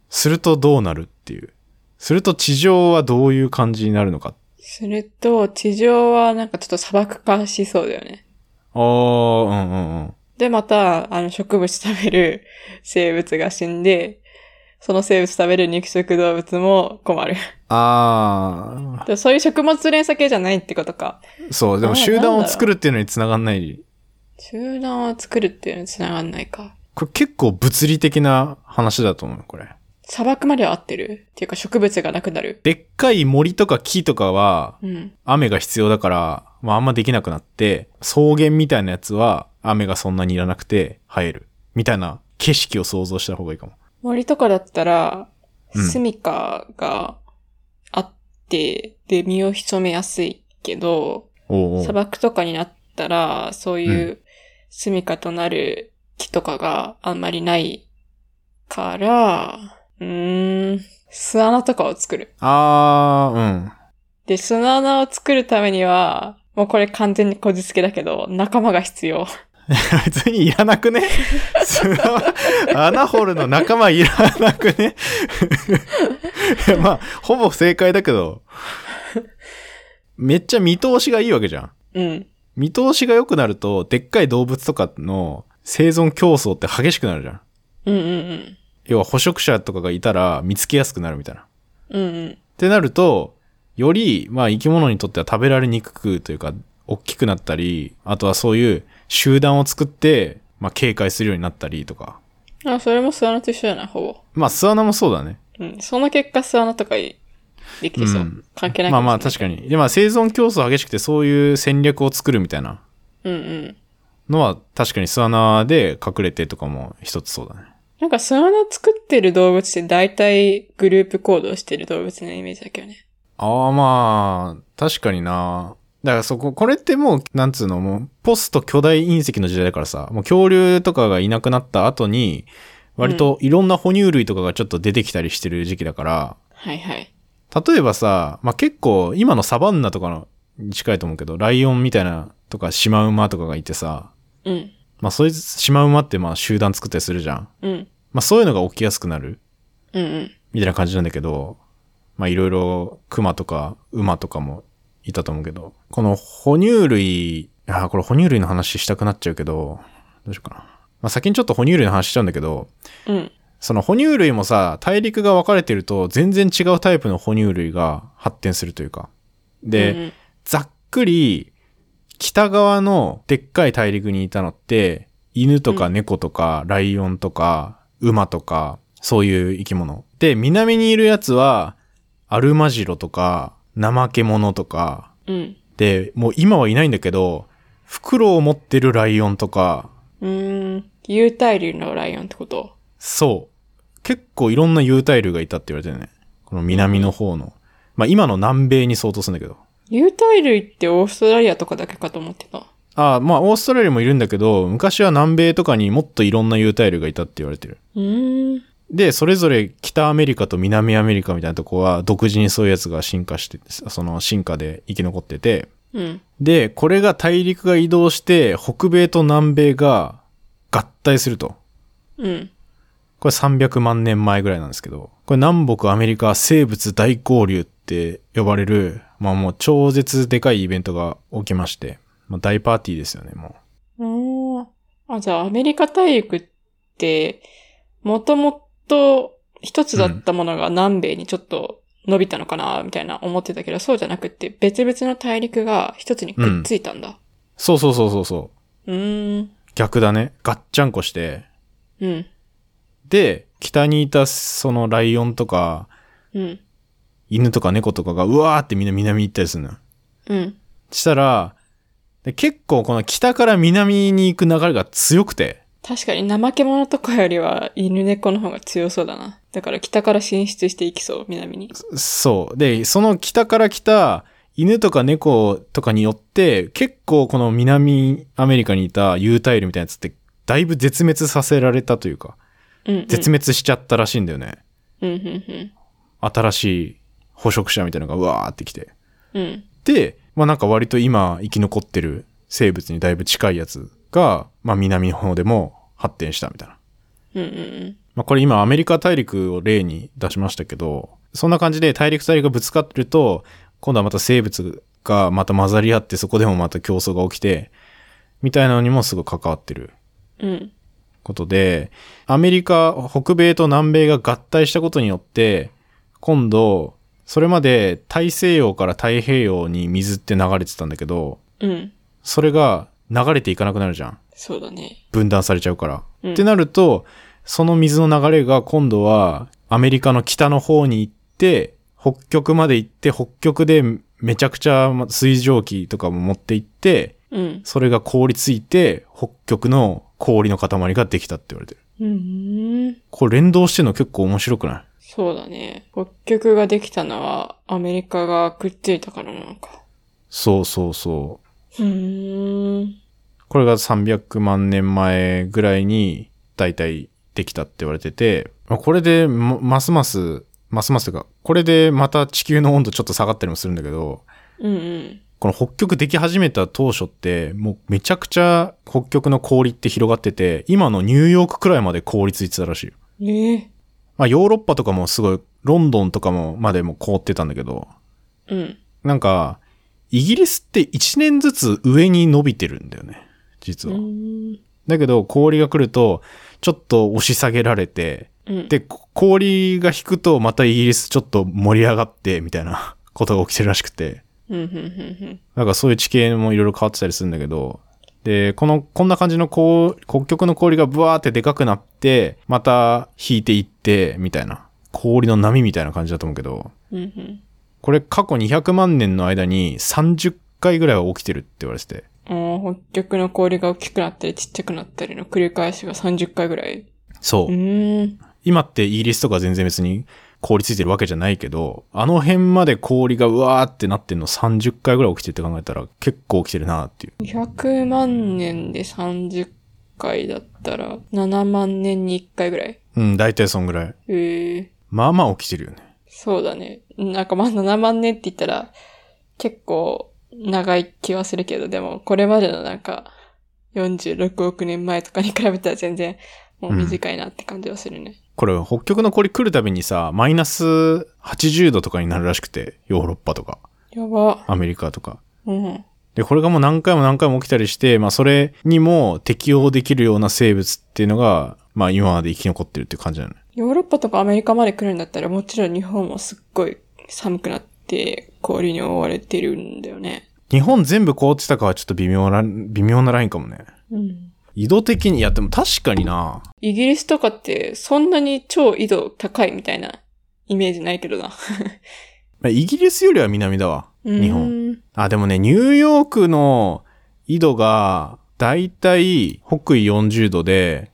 [SPEAKER 2] するとどうなるっていう。すると地上はどういう感じになるのか。
[SPEAKER 1] すると、地上はなんかちょっと砂漠化しそうだよね。
[SPEAKER 2] ああ、うんうんうん。
[SPEAKER 1] で、また、あの、植物食べる生物が死んで、その生物食べる肉食動物も困
[SPEAKER 2] [laughs]
[SPEAKER 1] る。
[SPEAKER 2] あ
[SPEAKER 1] でそういう食物連鎖系じゃないってことか。
[SPEAKER 2] あ、そう、で
[SPEAKER 1] あ
[SPEAKER 2] も
[SPEAKER 1] ー
[SPEAKER 2] 集団を作るっていうのに繋がんない。
[SPEAKER 1] 集団を作るっていうのに繋がんないか。
[SPEAKER 2] これ結構物理的な話だと思う、これ。
[SPEAKER 1] 砂漠までは合ってるっていうか植物がなくなる。
[SPEAKER 2] でっかい森とか木とかは
[SPEAKER 1] うん。
[SPEAKER 2] 雨が必要だから、まああんまできなくなって、草原みたいなやつは雨がそんなにいらなくて生える。みたいな景色を想像した方がいいかも。
[SPEAKER 1] 森とかだったら、
[SPEAKER 2] うん
[SPEAKER 1] 住みかがあって、で、身を潜めやすいけど、
[SPEAKER 2] おうおう
[SPEAKER 1] 砂漠とかになったら、そういう住みかとなる木とかがあんまりないから、うーん、巣穴とかを作る。
[SPEAKER 2] あー、うん。 [laughs]
[SPEAKER 1] で、巣穴を作るためには、もうこれ完全にこじつけだけど、仲間が必要。
[SPEAKER 2] 別にいらなくね砂穴掘るの仲間いらなくね [laughs] いやまあ、ほぼ正解だけど、めっちゃ見通しがいいわけじゃん。
[SPEAKER 1] うん。
[SPEAKER 2] 見通しが良くなると、でっかい動物とかの生存競争って激しくなるじゃん。
[SPEAKER 1] うんうんうん。
[SPEAKER 2] 要は捕食者とかがいたら見つけやすくなるみたいな。っ
[SPEAKER 1] うんうん。
[SPEAKER 2] てなると、より、まあ生き物にとっては食べられにくくというか、大きくなったり、あとはそういう集団を作って、まあ警戒するようになったりとか。
[SPEAKER 1] ああ、それも巣穴と一緒じゃない、ほぼ。
[SPEAKER 2] まあ、巣穴もそうだね。
[SPEAKER 1] うん。その結果、巣穴とかいできてそう。
[SPEAKER 2] うん
[SPEAKER 1] 関係ない
[SPEAKER 2] まあ
[SPEAKER 1] か
[SPEAKER 2] まあ、
[SPEAKER 1] もし
[SPEAKER 2] 確かに。で、まあ、生存競争激しくて、そういう戦略を作るみたいな
[SPEAKER 1] れないうんうん。
[SPEAKER 2] のは、確かに巣穴で隠れてとかも一つそうだね。
[SPEAKER 1] なんか巣穴作ってる動物って大体グループ行動してる動物のイメージだけどね。
[SPEAKER 2] ああ、まあ、確かにな。だからそこ、これってもう、なんつうの、もう、ポスト巨大隕石の時代だからさ、もう恐竜とかがいなくなった後に、割といろんな哺乳類とかがちょっと出てきたりしてる時期だから、
[SPEAKER 1] はいはい。
[SPEAKER 2] 例えばさ、まあ、結構今のサバンナとかのに近いと思うけど、ライオンみたいなとかシマウマとかがいてさ、
[SPEAKER 1] うん。
[SPEAKER 2] まあ、そういうシマウマってまあ集団作ったりするじゃん。
[SPEAKER 1] うん。
[SPEAKER 2] まあ、そういうのが起きやすくなる
[SPEAKER 1] うんうん。
[SPEAKER 2] みたいな感じなんだけど、まあ、いろいろクマとか馬とかもいたと思うけど、この哺乳類、あーこれ哺乳類の話したくなっちゃうけど、どうしようかな。まあ、先にちょっと哺乳類の話しちゃうんだけど、
[SPEAKER 1] うん。
[SPEAKER 2] その哺乳類もさ、大陸が分かれてると全然違うタイプの哺乳類が発展するというか。で、
[SPEAKER 1] うんうん
[SPEAKER 2] ざっくり、北側のでっかい大陸にいたのって、犬とか猫とか、ライオンとか、馬とか、そういう生き物。で、南にいるやつは、アルマジロとか、怠け者とか、
[SPEAKER 1] うん。
[SPEAKER 2] で、もう今はいないんだけど、袋を持ってるライオンとか、
[SPEAKER 1] うーん。有袋類のライオンってこと
[SPEAKER 2] そう。結構いろんな有袋類がいたって言われてるね。この南の方の。まあ今の南米に相当するんだけど。
[SPEAKER 1] 有袋類ってオーストラリアとかだけかと思ってた。
[SPEAKER 2] ああ、まあ、オーストラリアもいるんだけど、昔は南米とかにもっといろんな有袋類がいたって言われてる。
[SPEAKER 1] うーん。
[SPEAKER 2] で、それぞれ北アメリカと南アメリカみたいなとこは、独自にそういうやつが進化して、その進化で生き残ってて、
[SPEAKER 1] うん。
[SPEAKER 2] で、これが大陸が移動して、北米と南米が合体すると。
[SPEAKER 1] うん。
[SPEAKER 2] これ300万年前ぐらいなんですけど、これ南北アメリカ生物大交流って呼ばれる、まあもう超絶でかいイベントが起きまして、まあ大パーティーですよね、もう。
[SPEAKER 1] おーあ、じゃあアメリカ大陸って、もともと一つだったものが南米にちょっと伸びたのかな、みたいな思ってたけど、そうじゃなくって別々の大陸が一つにくっついたんだ。
[SPEAKER 2] そうそうそうそうそう。
[SPEAKER 1] うーん。
[SPEAKER 2] 逆だね。ガッチャンコして。
[SPEAKER 1] うん。
[SPEAKER 2] で、北にいたそのライオンとか、
[SPEAKER 1] うん。
[SPEAKER 2] 犬とか猫とかが、うわーってみんな南行ったりするのよ。
[SPEAKER 1] うん。
[SPEAKER 2] したら、で結構この北から南に行く流れが強くて、
[SPEAKER 1] 確かに怠け者とかよりは犬猫の方が強そうだな。だから北から進出していきそう、南に。
[SPEAKER 2] そう。で、その北から来た犬とか猫とかによって、結構この南アメリカにいた有袋類みたいなやつって、だいぶ絶滅させられたというか、
[SPEAKER 1] うん、うん。
[SPEAKER 2] 絶滅しちゃったらしいんだよね。
[SPEAKER 1] うん、うん、
[SPEAKER 2] 新しい捕食者みたいなのがうわーって来て。
[SPEAKER 1] うん。うん。
[SPEAKER 2] で、まあなんか割と今生き残ってる生物にだいぶ近いやつが、まあ南の方でも発展したみたいな。
[SPEAKER 1] うん、うん
[SPEAKER 2] まあこれ今アメリカ大陸を例に出しましたけど、そんな感じで大陸大陸がぶつかってると、今度はまた生物がまた混ざり合ってそこでもまた競争が起きて、みたいなのにもすごい関わってる
[SPEAKER 1] うん。うん。
[SPEAKER 2] ことで、アメリカ、北米と南米が合体したことによって、今度、それまで大西洋から太平洋に水って流れてたんだけど、
[SPEAKER 1] うん。
[SPEAKER 2] それが流れていかなくなるじゃん。
[SPEAKER 1] そうだね。
[SPEAKER 2] 分断されちゃうから。
[SPEAKER 1] うん
[SPEAKER 2] ってなると、その水の流れが今度はアメリカの北の方に行って、北極まで行って、北極でめちゃくちゃ水蒸気とかも持って行って、
[SPEAKER 1] うん。
[SPEAKER 2] それが凍りついて、北極の氷の塊ができたって言われてる。
[SPEAKER 1] うん。
[SPEAKER 2] これ連動してんの結構面白くない
[SPEAKER 1] そうだね。北極ができたのはアメリカがくっついたからなのか。
[SPEAKER 2] そうそうそう
[SPEAKER 1] ーん。
[SPEAKER 2] う。これが300万年前ぐらいに大体できたって言われてて、まあこれでま、ますます、ますますというか、これでまた地球の温度ちょっと下がったりもするんだけど、
[SPEAKER 1] うんうん。
[SPEAKER 2] この北極でき始めた当初って、もうめちゃくちゃ北極の氷って広がってて、今のニューヨークくらいまで凍りついてたらしいよ。
[SPEAKER 1] ええ
[SPEAKER 2] まあヨーロッパとかもすごい、ロンドンとかもまでも凍ってたんだけど、
[SPEAKER 1] うん。
[SPEAKER 2] なんか、イギリスって1年ずつ上に伸びてるんだよね、実
[SPEAKER 1] う
[SPEAKER 2] は。
[SPEAKER 1] ーん。
[SPEAKER 2] だけど、氷が来ると、ちょっと押し下げられて、
[SPEAKER 1] うん。
[SPEAKER 2] で、こ氷が引くと、またイギリスちょっと盛り上がって、みたいな [laughs] ことが起きてるらしくて、
[SPEAKER 1] うん、うん、うん、うん。
[SPEAKER 2] なんかそういう地形もいろいろ変わってたりするんだけど、で、この、こんな感じのこう北極の氷がブワーってでかくなって、また引いていって、みたいな。氷の波みたいな感じだと思うけど、
[SPEAKER 1] うんうん。
[SPEAKER 2] これ過去200万年の間に30回ぐらいは起きてるって言われてて。
[SPEAKER 1] ああ、北極の氷が大きくなったりちっちゃくなったりの繰り返しが30回ぐらい。
[SPEAKER 2] そう
[SPEAKER 1] う。ーん。
[SPEAKER 2] 今ってイギリスとか全然別に凍りついてるわけじゃないけど、あの辺まで氷がうわーってなってんの30回ぐらい起きてるって考えたら結構起きてるなっていう。
[SPEAKER 1] 100万年で30回だったら、7万年に1回ぐらい。
[SPEAKER 2] うん、大体そんぐらい。
[SPEAKER 1] へえ
[SPEAKER 2] まあまあ起きてるよね。
[SPEAKER 1] そうだね。なんかまあ7万年って言ったら、結構長い気はするけど、でもこれまでのなんか、46億年前とかに比べたら全然もう短いなって感じはするね。
[SPEAKER 2] これ北極の氷来るたびにさ、マイナス80度とかになるらしくて、ヨーロッパとか、
[SPEAKER 1] やば。
[SPEAKER 2] アメリカとか。
[SPEAKER 1] うん。
[SPEAKER 2] で、これがもう何回も何回も起きたりして、まあそれにも適応できるような生物っていうのが、まあ今まで生き残ってるっていう感じなのね。
[SPEAKER 1] ヨーロッパとかアメリカまで来るんだったら、もちろん日本もすっごい寒くなって氷に覆われてるんだよね。
[SPEAKER 2] 日本全部凍ってたかはちょっと微妙な、微妙なラインかもね。
[SPEAKER 1] うん。
[SPEAKER 2] 緯度的に、いやでも確かにな。
[SPEAKER 1] イギリスとかってそんなに超緯度高いみたいなイメージないけどな。
[SPEAKER 2] まあイギリスよりは南だわ。日本。
[SPEAKER 1] うん。
[SPEAKER 2] あ、でもね、ニューヨークの緯度が、だいたい北緯40度で、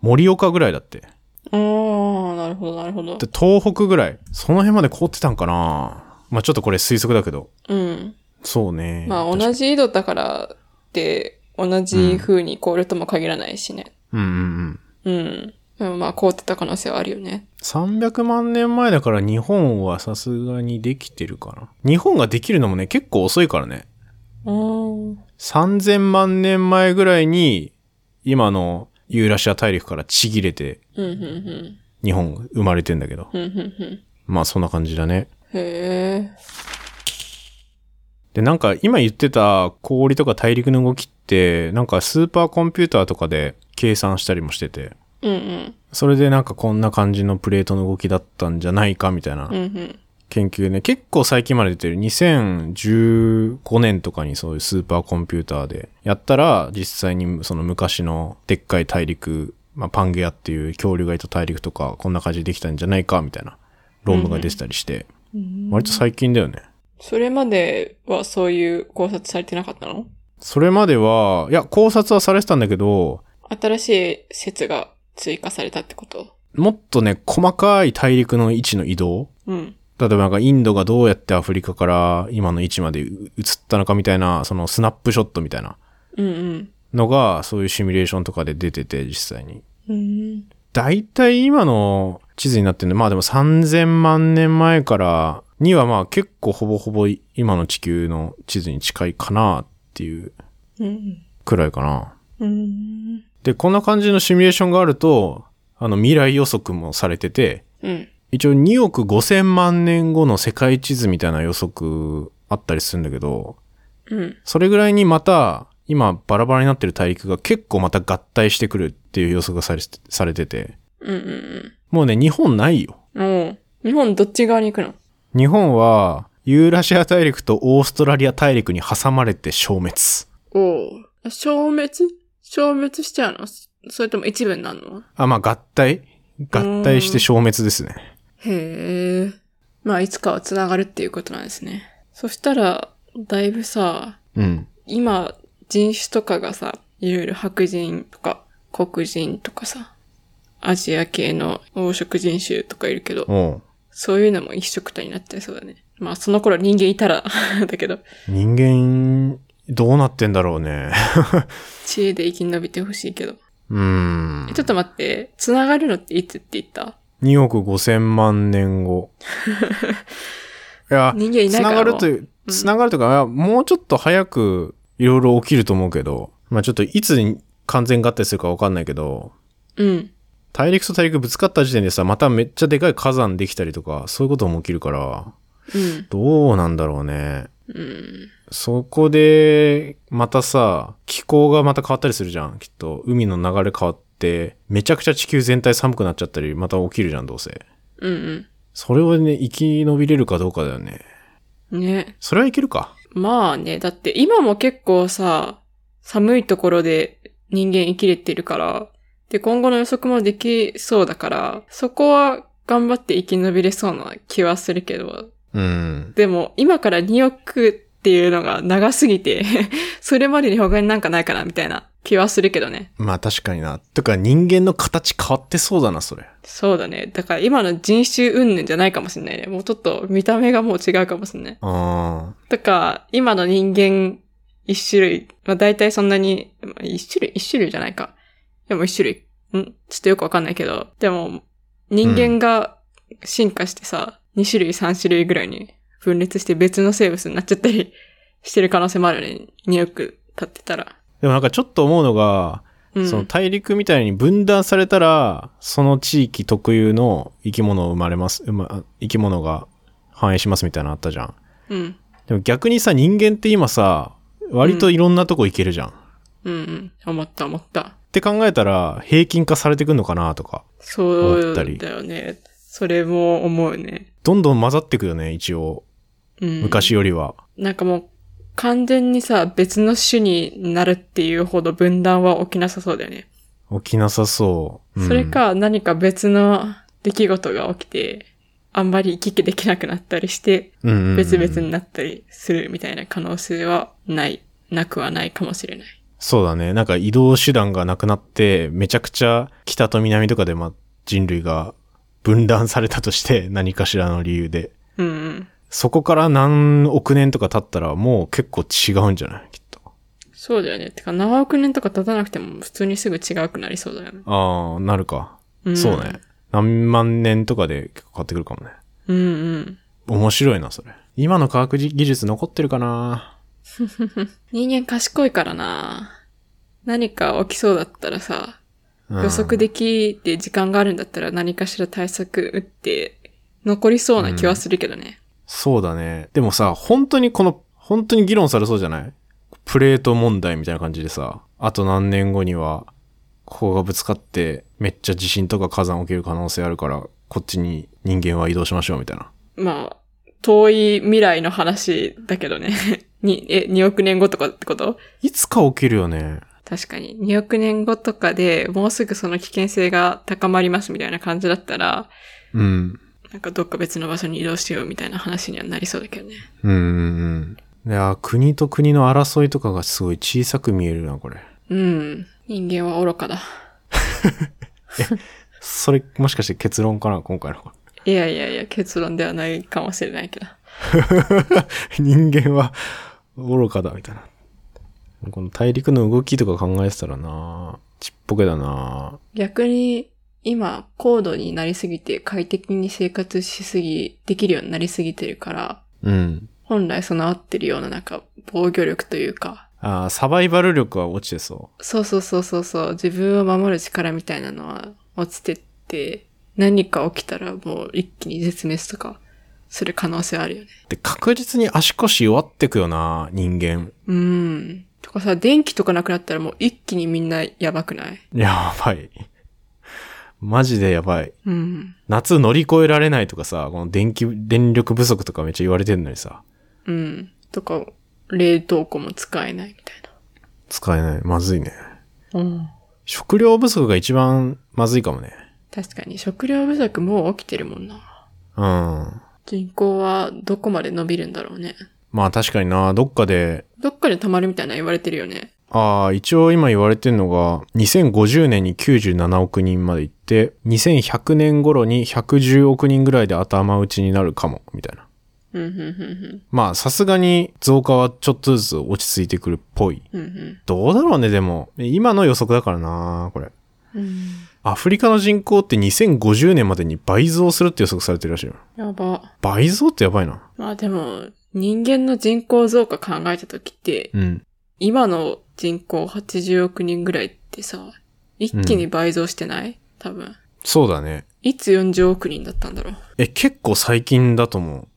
[SPEAKER 2] 盛岡ぐらいだって。
[SPEAKER 1] あー、なるほど、なるほど。
[SPEAKER 2] で、東北ぐらい。その辺まで凍ってたんかなまあちょっとこれ推測だけど。
[SPEAKER 1] うん。
[SPEAKER 2] そうね。
[SPEAKER 1] まあ
[SPEAKER 2] 確か
[SPEAKER 1] 同じ緯度だからって、同じ風に凍るとも限らないしね。
[SPEAKER 2] うんうんうん。
[SPEAKER 1] うん。でもまあ凍ってた可能性はあるよね。
[SPEAKER 2] 300万年前だから日本はさすがにできてるかな。日本ができるのもね、結構遅いからね。
[SPEAKER 1] うん。
[SPEAKER 2] 3000万年前ぐらいに、今のユーラシア大陸からちぎれて、
[SPEAKER 1] うん、うん、うん。
[SPEAKER 2] 日本生まれてんだけど。
[SPEAKER 1] うん、うん、う
[SPEAKER 2] まあそんな感じだ
[SPEAKER 1] ん。
[SPEAKER 2] ね。
[SPEAKER 1] へえ。
[SPEAKER 2] で、なんか今言ってた氷とか大陸の動きって、なんかスーパーコンピューターとかで計算したりもしてて、
[SPEAKER 1] うん、うん。
[SPEAKER 2] それでなんかこんな感じのプレートの動きだったんじゃないかみたいな
[SPEAKER 1] うん、うん。
[SPEAKER 2] 研究ね、結構最近まで出てる2015年とかにそういうスーパーコンピューターでやったら実際にその昔のでっかい大陸、まあ、パンゲアっていう恐竜がいた大陸とかこんな感じでできたんじゃないかみたいな論文が出てたりして、割と最近だよね。
[SPEAKER 1] それまではそういう考察されてなかったの
[SPEAKER 2] それまでは、いや、考察はされてたんだけど、
[SPEAKER 1] 新しい説が追加されたってこと
[SPEAKER 2] もっとね、細かい大陸の位置の移動
[SPEAKER 1] うん。
[SPEAKER 2] 例えばなんかインドがどうやってアフリカから今の位置まで移ったのかみたいな、そのスナップショットみたいな
[SPEAKER 1] うん、うん。
[SPEAKER 2] のが、そういうシミュレーションとかで出てて、実際に。
[SPEAKER 1] うん。
[SPEAKER 2] だいたい今の地図になってるの、まあでも3000万年前からにはまあ結構ほぼほぼ今の地球の地図に近いかなっていう
[SPEAKER 1] うん。
[SPEAKER 2] くらいかな。
[SPEAKER 1] うん。
[SPEAKER 2] で、こんな感じのシミュレーションがあると、あの未来予測もされてて、
[SPEAKER 1] うん。
[SPEAKER 2] 一応2億5000万年後の世界地図みたいな予測あったりするんだけど、
[SPEAKER 1] うん。
[SPEAKER 2] それぐらいにまた、今バラバラになってる大陸が結構また合体してくるっていう予測がされてされてて、
[SPEAKER 1] うん、うん、
[SPEAKER 2] もうね、日本ないよ。
[SPEAKER 1] うん。おう日本どっち側に行くの
[SPEAKER 2] 日本は、ユーラシア大陸とオーストラリア大陸に挟まれて消滅。
[SPEAKER 1] おう消滅消滅しちゃうのそそれとも一部になるの
[SPEAKER 2] あ、まあ合体合体して消滅ですね。
[SPEAKER 1] へえ。まあ、いつかは繋がるっていうことなんですね。そしたら、だいぶさ、
[SPEAKER 2] うん。
[SPEAKER 1] 今、人種とかがさ、いろいろ白人とか、黒人とかさ、アジア系の黄色人種とかいるけど、
[SPEAKER 2] おう
[SPEAKER 1] そういうのも一色体になっちゃいそうだね。まあ、その頃人間いたら、 [laughs] だけど、
[SPEAKER 2] 人間、どうなってんだろうね。
[SPEAKER 1] 知恵で生き延びてほしいけど。
[SPEAKER 2] うーん
[SPEAKER 1] え。ちょっと待って、繋がるのっていつって言った
[SPEAKER 2] 2億5000万年
[SPEAKER 1] [laughs]
[SPEAKER 2] 後。いや、
[SPEAKER 1] 人間いな
[SPEAKER 2] つ
[SPEAKER 1] いから
[SPEAKER 2] ながる
[SPEAKER 1] もう
[SPEAKER 2] という、つながるというか、いやもうちょっと早くいろいろ起きると思うけど、まあちょっといつ完全合体するかわかんないけど、
[SPEAKER 1] うん。
[SPEAKER 2] 大陸と大陸ぶつかった時点でさ、まためっちゃでかい火山できたりとか、そういうことも起きるから、
[SPEAKER 1] うん。
[SPEAKER 2] どうなんだろうね。
[SPEAKER 1] うん。
[SPEAKER 2] そこで、またさ、気候がまた変わったりするじゃん、きっと。海の流れ変わって、めちゃくちゃ地球全体寒くなっちゃったり、また起きるじゃん、どうせ。
[SPEAKER 1] うん
[SPEAKER 2] それをね、生き延びれるかどうかだよね。
[SPEAKER 1] うん。ね。
[SPEAKER 2] それはいけるか。
[SPEAKER 1] まあね、だって今も結構さ、寒いところで人間生きれてるから、で、今後の予測もできそうだから、そこは頑張って生き延びれそうな気はするけど、
[SPEAKER 2] うん。
[SPEAKER 1] でも今から2億っていうのが長すぎて、 [laughs] それまでに他になんかないかなみたいな気はするけどね。
[SPEAKER 2] まあ確かにな。とか人間の形変わってそうだな、それ。
[SPEAKER 1] そうだね。だから今の人種云々じゃないかもしんないね。もうちょっと見た目がもう違うかもしんない。
[SPEAKER 2] あ
[SPEAKER 1] とか、今の人間一種類、まあ大体そんなに、まあ一種類、一種類じゃないか。でも一種類。んちょっとよくわかんないけど、でも人間が進化してさ、2種類3種類ぐらいに分裂して別の生物になっちゃったり [laughs] してる可能性もあるね。2億経ってたら。
[SPEAKER 2] ーでもなんかちょっと思うのが、
[SPEAKER 1] うん。
[SPEAKER 2] その大陸みたいに分断されたら、その地域特有の生き物生まれます、生ま生き物が繁栄しますみたいなのあったじゃん。
[SPEAKER 1] うん。
[SPEAKER 2] でも逆にさ、人間って今さ、割といろんなとこ行けるじゃん。
[SPEAKER 1] うんうん。思った思った。
[SPEAKER 2] って考えたら、平均化されてくんのかなとか。
[SPEAKER 1] そう
[SPEAKER 2] 思ったり
[SPEAKER 1] だよね。それも思うね。
[SPEAKER 2] どんどん混ざってくよね、一応。
[SPEAKER 1] うん。
[SPEAKER 2] 昔よりは。
[SPEAKER 1] なんかもう、完全にさ、別の種になるっていうほど分断は起きなさそうだよね。
[SPEAKER 2] 起きなさそう。うん
[SPEAKER 1] それ。か何か別の出来事が起きて、あんまり行き来できなくなったりして、
[SPEAKER 2] うんうんうん
[SPEAKER 1] 別々になったりするみたいな可能性はない、なくはないかもしれない。
[SPEAKER 2] そうだね。なんか移動手段がなくなって、めちゃくちゃ北と南とかで、ま、人類が分断されたとして、 [laughs] 何かしらの理由で。
[SPEAKER 1] うんうん。
[SPEAKER 2] そこから何億年とか経ったら、もう結構違うんじゃないきっと。
[SPEAKER 1] そうだよね。てか、何億年とか経たなくても普通にすぐ違うくなりそうだよね。
[SPEAKER 2] ああ、なるか。
[SPEAKER 1] うん
[SPEAKER 2] そうね。何万年とかで結構変わってくるかもね。
[SPEAKER 1] うんうん。
[SPEAKER 2] 面白いな、それ。今の科学技術残ってるかな
[SPEAKER 1] 人間賢いからな何か起きそうだったらさ、
[SPEAKER 2] うん
[SPEAKER 1] 予測できて時間があるんだったら何かしら対策打って残りそうな気はするけどね。
[SPEAKER 2] そうだね。でもさ、本当にこの、本当に議論されそうじゃないプレート問題みたいな感じでさ、あと何年後には、ここがぶつかって、めっちゃ地震とか火山起きる可能性あるから、こっちに人間は移動しましょうみたいな。
[SPEAKER 1] まあ、遠い未来の話だけどね。 [laughs] に、え、2億年後とかってこと
[SPEAKER 2] いつか起きるよね。
[SPEAKER 1] 確かに。2億年後とかでもうすぐその危険性が高まりますみたいな感じだったら、
[SPEAKER 2] うん。
[SPEAKER 1] なんかどっか別の場所に移動しようみたいな話にはなりそうだけどね。
[SPEAKER 2] うんうんうん。いやー、国と国の争いとかがすごい小さく見えるな、これ。
[SPEAKER 1] うん。人間は愚かだ。
[SPEAKER 2] それ、もしかして結論かな、今回の。
[SPEAKER 1] いやいやいや、結論ではないかもしれないけど。
[SPEAKER 2] [laughs] 人間は愚かだみたいな。この大陸の動きとか考えてたらなちっぽけだな
[SPEAKER 1] 逆に今高度になりすぎて快適に生活しすぎ、できるようになりすぎてるから、
[SPEAKER 2] うん。
[SPEAKER 1] 本来備わってるようななんか防御力というか、
[SPEAKER 2] あーサバイバル力は落ちてそ
[SPEAKER 1] そうそうそうそうそう、自分を守る力みたいなのは落ちてって、何か起きたらもう一気に絶滅とかする可能性あるよね。
[SPEAKER 2] う。で、確実に足腰弱ってくよな人間。
[SPEAKER 1] うん。とかさ、電気とかなくなったらもう一気にみんなやばくない
[SPEAKER 2] やばい。マジでやばい。
[SPEAKER 1] うん。
[SPEAKER 2] 夏乗り越えられないとかさ、この電気、電力不足とかめっちゃ言われてんのにさ、
[SPEAKER 1] うん。とか、冷凍庫も使えないみたい
[SPEAKER 2] 使えない。まずいね。
[SPEAKER 1] な。うん。
[SPEAKER 2] 食料不足が一番まずいかもね。
[SPEAKER 1] 確かに食料不足もう起きてるもんな。
[SPEAKER 2] うん。
[SPEAKER 1] 人口はどこまで伸びるんだろうね。
[SPEAKER 2] まあ確かになどっかで
[SPEAKER 1] どっかで溜まるみたいなの言われてるよね。
[SPEAKER 2] ああ、一応今言われてるのが、2050年に97億人まで行って、2100年頃に110億人ぐらいで頭打ちになるかも、みたいな。
[SPEAKER 1] うん、うん、うん
[SPEAKER 2] まあ、さすがに増加はちょっとずつ落ち着いてくるっぽい。
[SPEAKER 1] ふん、うん
[SPEAKER 2] どうだろうね、でも。今の予測だからなこれ。
[SPEAKER 1] ふん、うん。
[SPEAKER 2] アフリカの人口って2050年までに倍増するって予測されてるらしいよ。
[SPEAKER 1] やば。
[SPEAKER 2] 倍増ってやばいな。
[SPEAKER 1] まあでも、人間の人口増加考えた時って、
[SPEAKER 2] うん。
[SPEAKER 1] 今の人口80億人ぐらいってさ、一気に倍増してない、多分。
[SPEAKER 2] そうだね。
[SPEAKER 1] いつ40億人だったんだろう。
[SPEAKER 2] え、結構最近だと思う。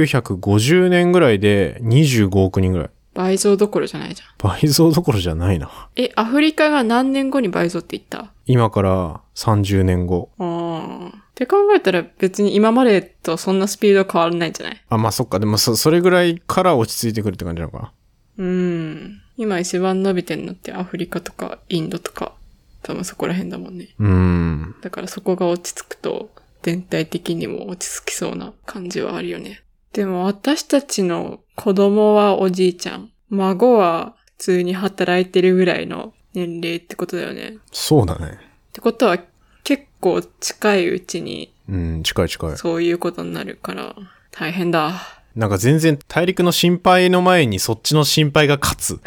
[SPEAKER 2] 1950年ぐらいで25億人ぐらい。
[SPEAKER 1] 倍増どころじゃないじゃん。
[SPEAKER 2] 倍増どころじゃないな。
[SPEAKER 1] え、アフリカが何年後に倍増って言った
[SPEAKER 2] 今から30年後。
[SPEAKER 1] ああ。って考えたら別に今までとそんなスピード変わらないんじゃない
[SPEAKER 2] あ、まあそっか。でもそ、それぐらいから落ち着いてくるって感じなのかな。
[SPEAKER 1] うん。今一番伸びてんのってアフリカとかインドとか、多分そこら辺だもんね。
[SPEAKER 2] うん。
[SPEAKER 1] だからそこが落ち着くと、全体的にも落ち着きそうな感じはあるよね。でも私たちの子供はおじいちゃん、孫は普通に働いてるぐらいの年齢ってことだよね。っ
[SPEAKER 2] そうだね。
[SPEAKER 1] てことは結構近いうちに
[SPEAKER 2] うん、近い近い。
[SPEAKER 1] そういうことになるから大変だ。
[SPEAKER 2] なんか全然大陸の心配の前にそっちの心配が勝つ。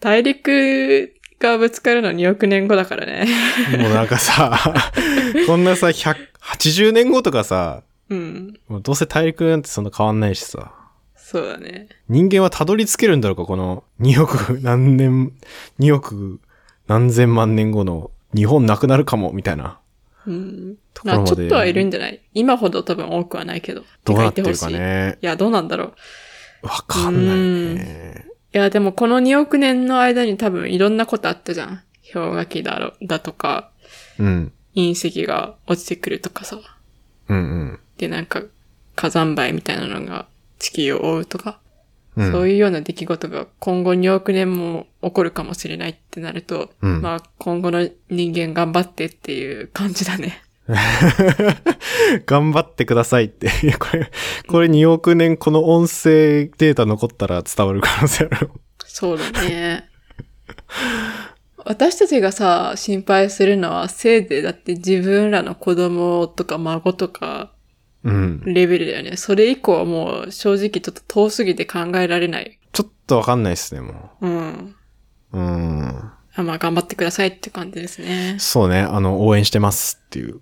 [SPEAKER 1] 大陸がぶつかるの2億年後だからね。 [laughs]
[SPEAKER 2] もうなんかさ、 [laughs] こんなさ、180年後とかさ、
[SPEAKER 1] うん。
[SPEAKER 2] もうどうせ大陸なんてそんな変わんないしさ。
[SPEAKER 1] そうだね。
[SPEAKER 2] 人間はたどり着けるんだろうか、この2億何年、2億何千万年後の日本なくなるかも、みたいな
[SPEAKER 1] うん。
[SPEAKER 2] ところ
[SPEAKER 1] まあ
[SPEAKER 2] まで。
[SPEAKER 1] ちょっとはいるんじゃない今ほど多分多くはないけど。
[SPEAKER 2] どうなって
[SPEAKER 1] 書い
[SPEAKER 2] る
[SPEAKER 1] ほし
[SPEAKER 2] か
[SPEAKER 1] い
[SPEAKER 2] ね。
[SPEAKER 1] いや、どうなんだろう。
[SPEAKER 2] わかんないね。
[SPEAKER 1] いや、でもこの2億年の間に多分いろんなことあったじゃん。氷河期だろ、だとか、
[SPEAKER 2] うん。
[SPEAKER 1] 隕石が落ちてくるとかさ。
[SPEAKER 2] うんうん。
[SPEAKER 1] で、なんか、火山灰みたいなのが地球を覆うとか、
[SPEAKER 2] うん、
[SPEAKER 1] そういうような出来事が今後2億年も起こるかもしれないってなると、
[SPEAKER 2] うん
[SPEAKER 1] まあ今後の人間頑張ってっていう感じだね。
[SPEAKER 2] [laughs] 頑張ってくださいって。いやこれ、これ2億年この音声データ残ったら伝わる可能性ある。
[SPEAKER 1] そうだね。私たちがさ、心配するのはせいぜいだって自分らの子供とか孫とか
[SPEAKER 2] うん。
[SPEAKER 1] レベルだよね。それ以降はもう正直ちょっと遠すぎて考えられない。
[SPEAKER 2] ちょっとわかんないですね、も
[SPEAKER 1] うん。
[SPEAKER 2] う。うん。
[SPEAKER 1] あまあ頑張ってくださいって感じですね。
[SPEAKER 2] そうね、あの、応援してますっていう。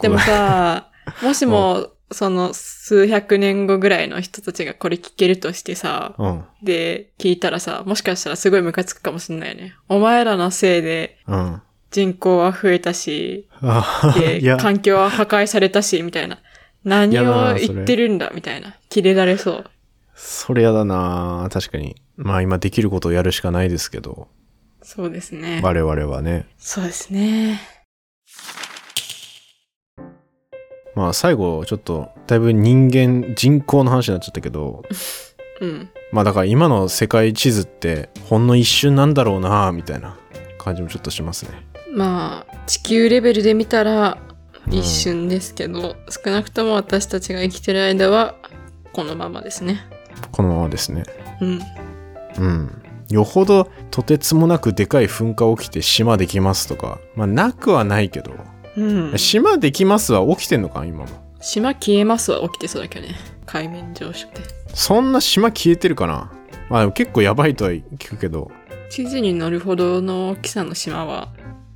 [SPEAKER 1] でもさ、もしも、その数百年後ぐらいの人たちがこれ聞けるとしてさ、
[SPEAKER 2] うん。
[SPEAKER 1] で、聞いたらさ、もしかしたらすごいムカつくかもしんないよね。お前らのせいで
[SPEAKER 2] うん。
[SPEAKER 1] 人口は増えたし、
[SPEAKER 2] あ
[SPEAKER 1] で
[SPEAKER 2] [laughs] いや、
[SPEAKER 1] 環境は破壊されたし、みたいな。何を言ってるんだ、みたいな。切れられそう。
[SPEAKER 2] それやだな確かに。まあ今できることをやるしかないですけど、
[SPEAKER 1] そうですね。
[SPEAKER 2] 我々はね。
[SPEAKER 1] そうですね。
[SPEAKER 2] まあ最後、ちょっと、だいぶ人間、人口の話になっちゃったけど、
[SPEAKER 1] うん。
[SPEAKER 2] まあだから今の世界地図って、ほんの一瞬なんだろうなみたいな感じもちょっとしますね。
[SPEAKER 1] まあ、地球レベルで見たら
[SPEAKER 2] うん
[SPEAKER 1] 一瞬ですけど、少なくとも私たちが生きてる間はこのままですね。
[SPEAKER 2] このままですね。
[SPEAKER 1] うん。
[SPEAKER 2] うん。よほどとてつもなくでかい噴火起きて島できますとか、まあなくはないけど、
[SPEAKER 1] うん、
[SPEAKER 2] 島できますは起きてんのかな今も。
[SPEAKER 1] 島消えますは起きてそうだけどね。海面上昇で。
[SPEAKER 2] そんな島消えてるかなまあでも結構やばいとは聞くけど、
[SPEAKER 1] 地図に載るほどの大きさの島は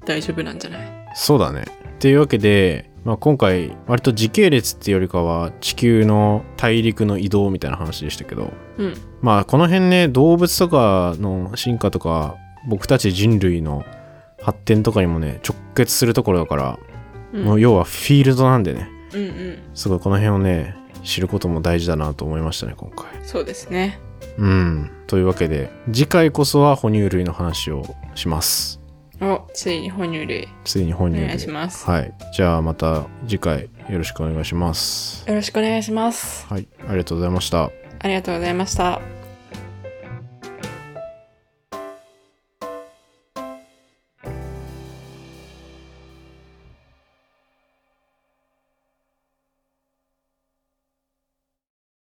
[SPEAKER 1] 大丈夫なんじゃない
[SPEAKER 2] そうだね。っていうわけで、まあ、今回割と時系列っていうよりかは地球の大陸の移動みたいな話でしたけど、
[SPEAKER 1] うん。
[SPEAKER 2] まあこの辺ね動物とかの進化とか僕たち人類の発展とかにもね直結するところだから、
[SPEAKER 1] うん、
[SPEAKER 2] もう要はフィールドなんでね
[SPEAKER 1] うんうん。
[SPEAKER 2] すごいこの辺をね知ることも大事だなと思いましたね今回。
[SPEAKER 1] そうですね。
[SPEAKER 2] うん。というわけで次回こそは哺乳類の話をします。
[SPEAKER 1] お、ついに哺乳類。
[SPEAKER 2] ついに哺
[SPEAKER 1] お
[SPEAKER 2] 乳類。
[SPEAKER 1] 願いします。
[SPEAKER 2] はい。じゃあまた次回よろしくお願いします。
[SPEAKER 1] よろしくお願いします。
[SPEAKER 2] はい、ありがとうございました。
[SPEAKER 1] ありがとうございました。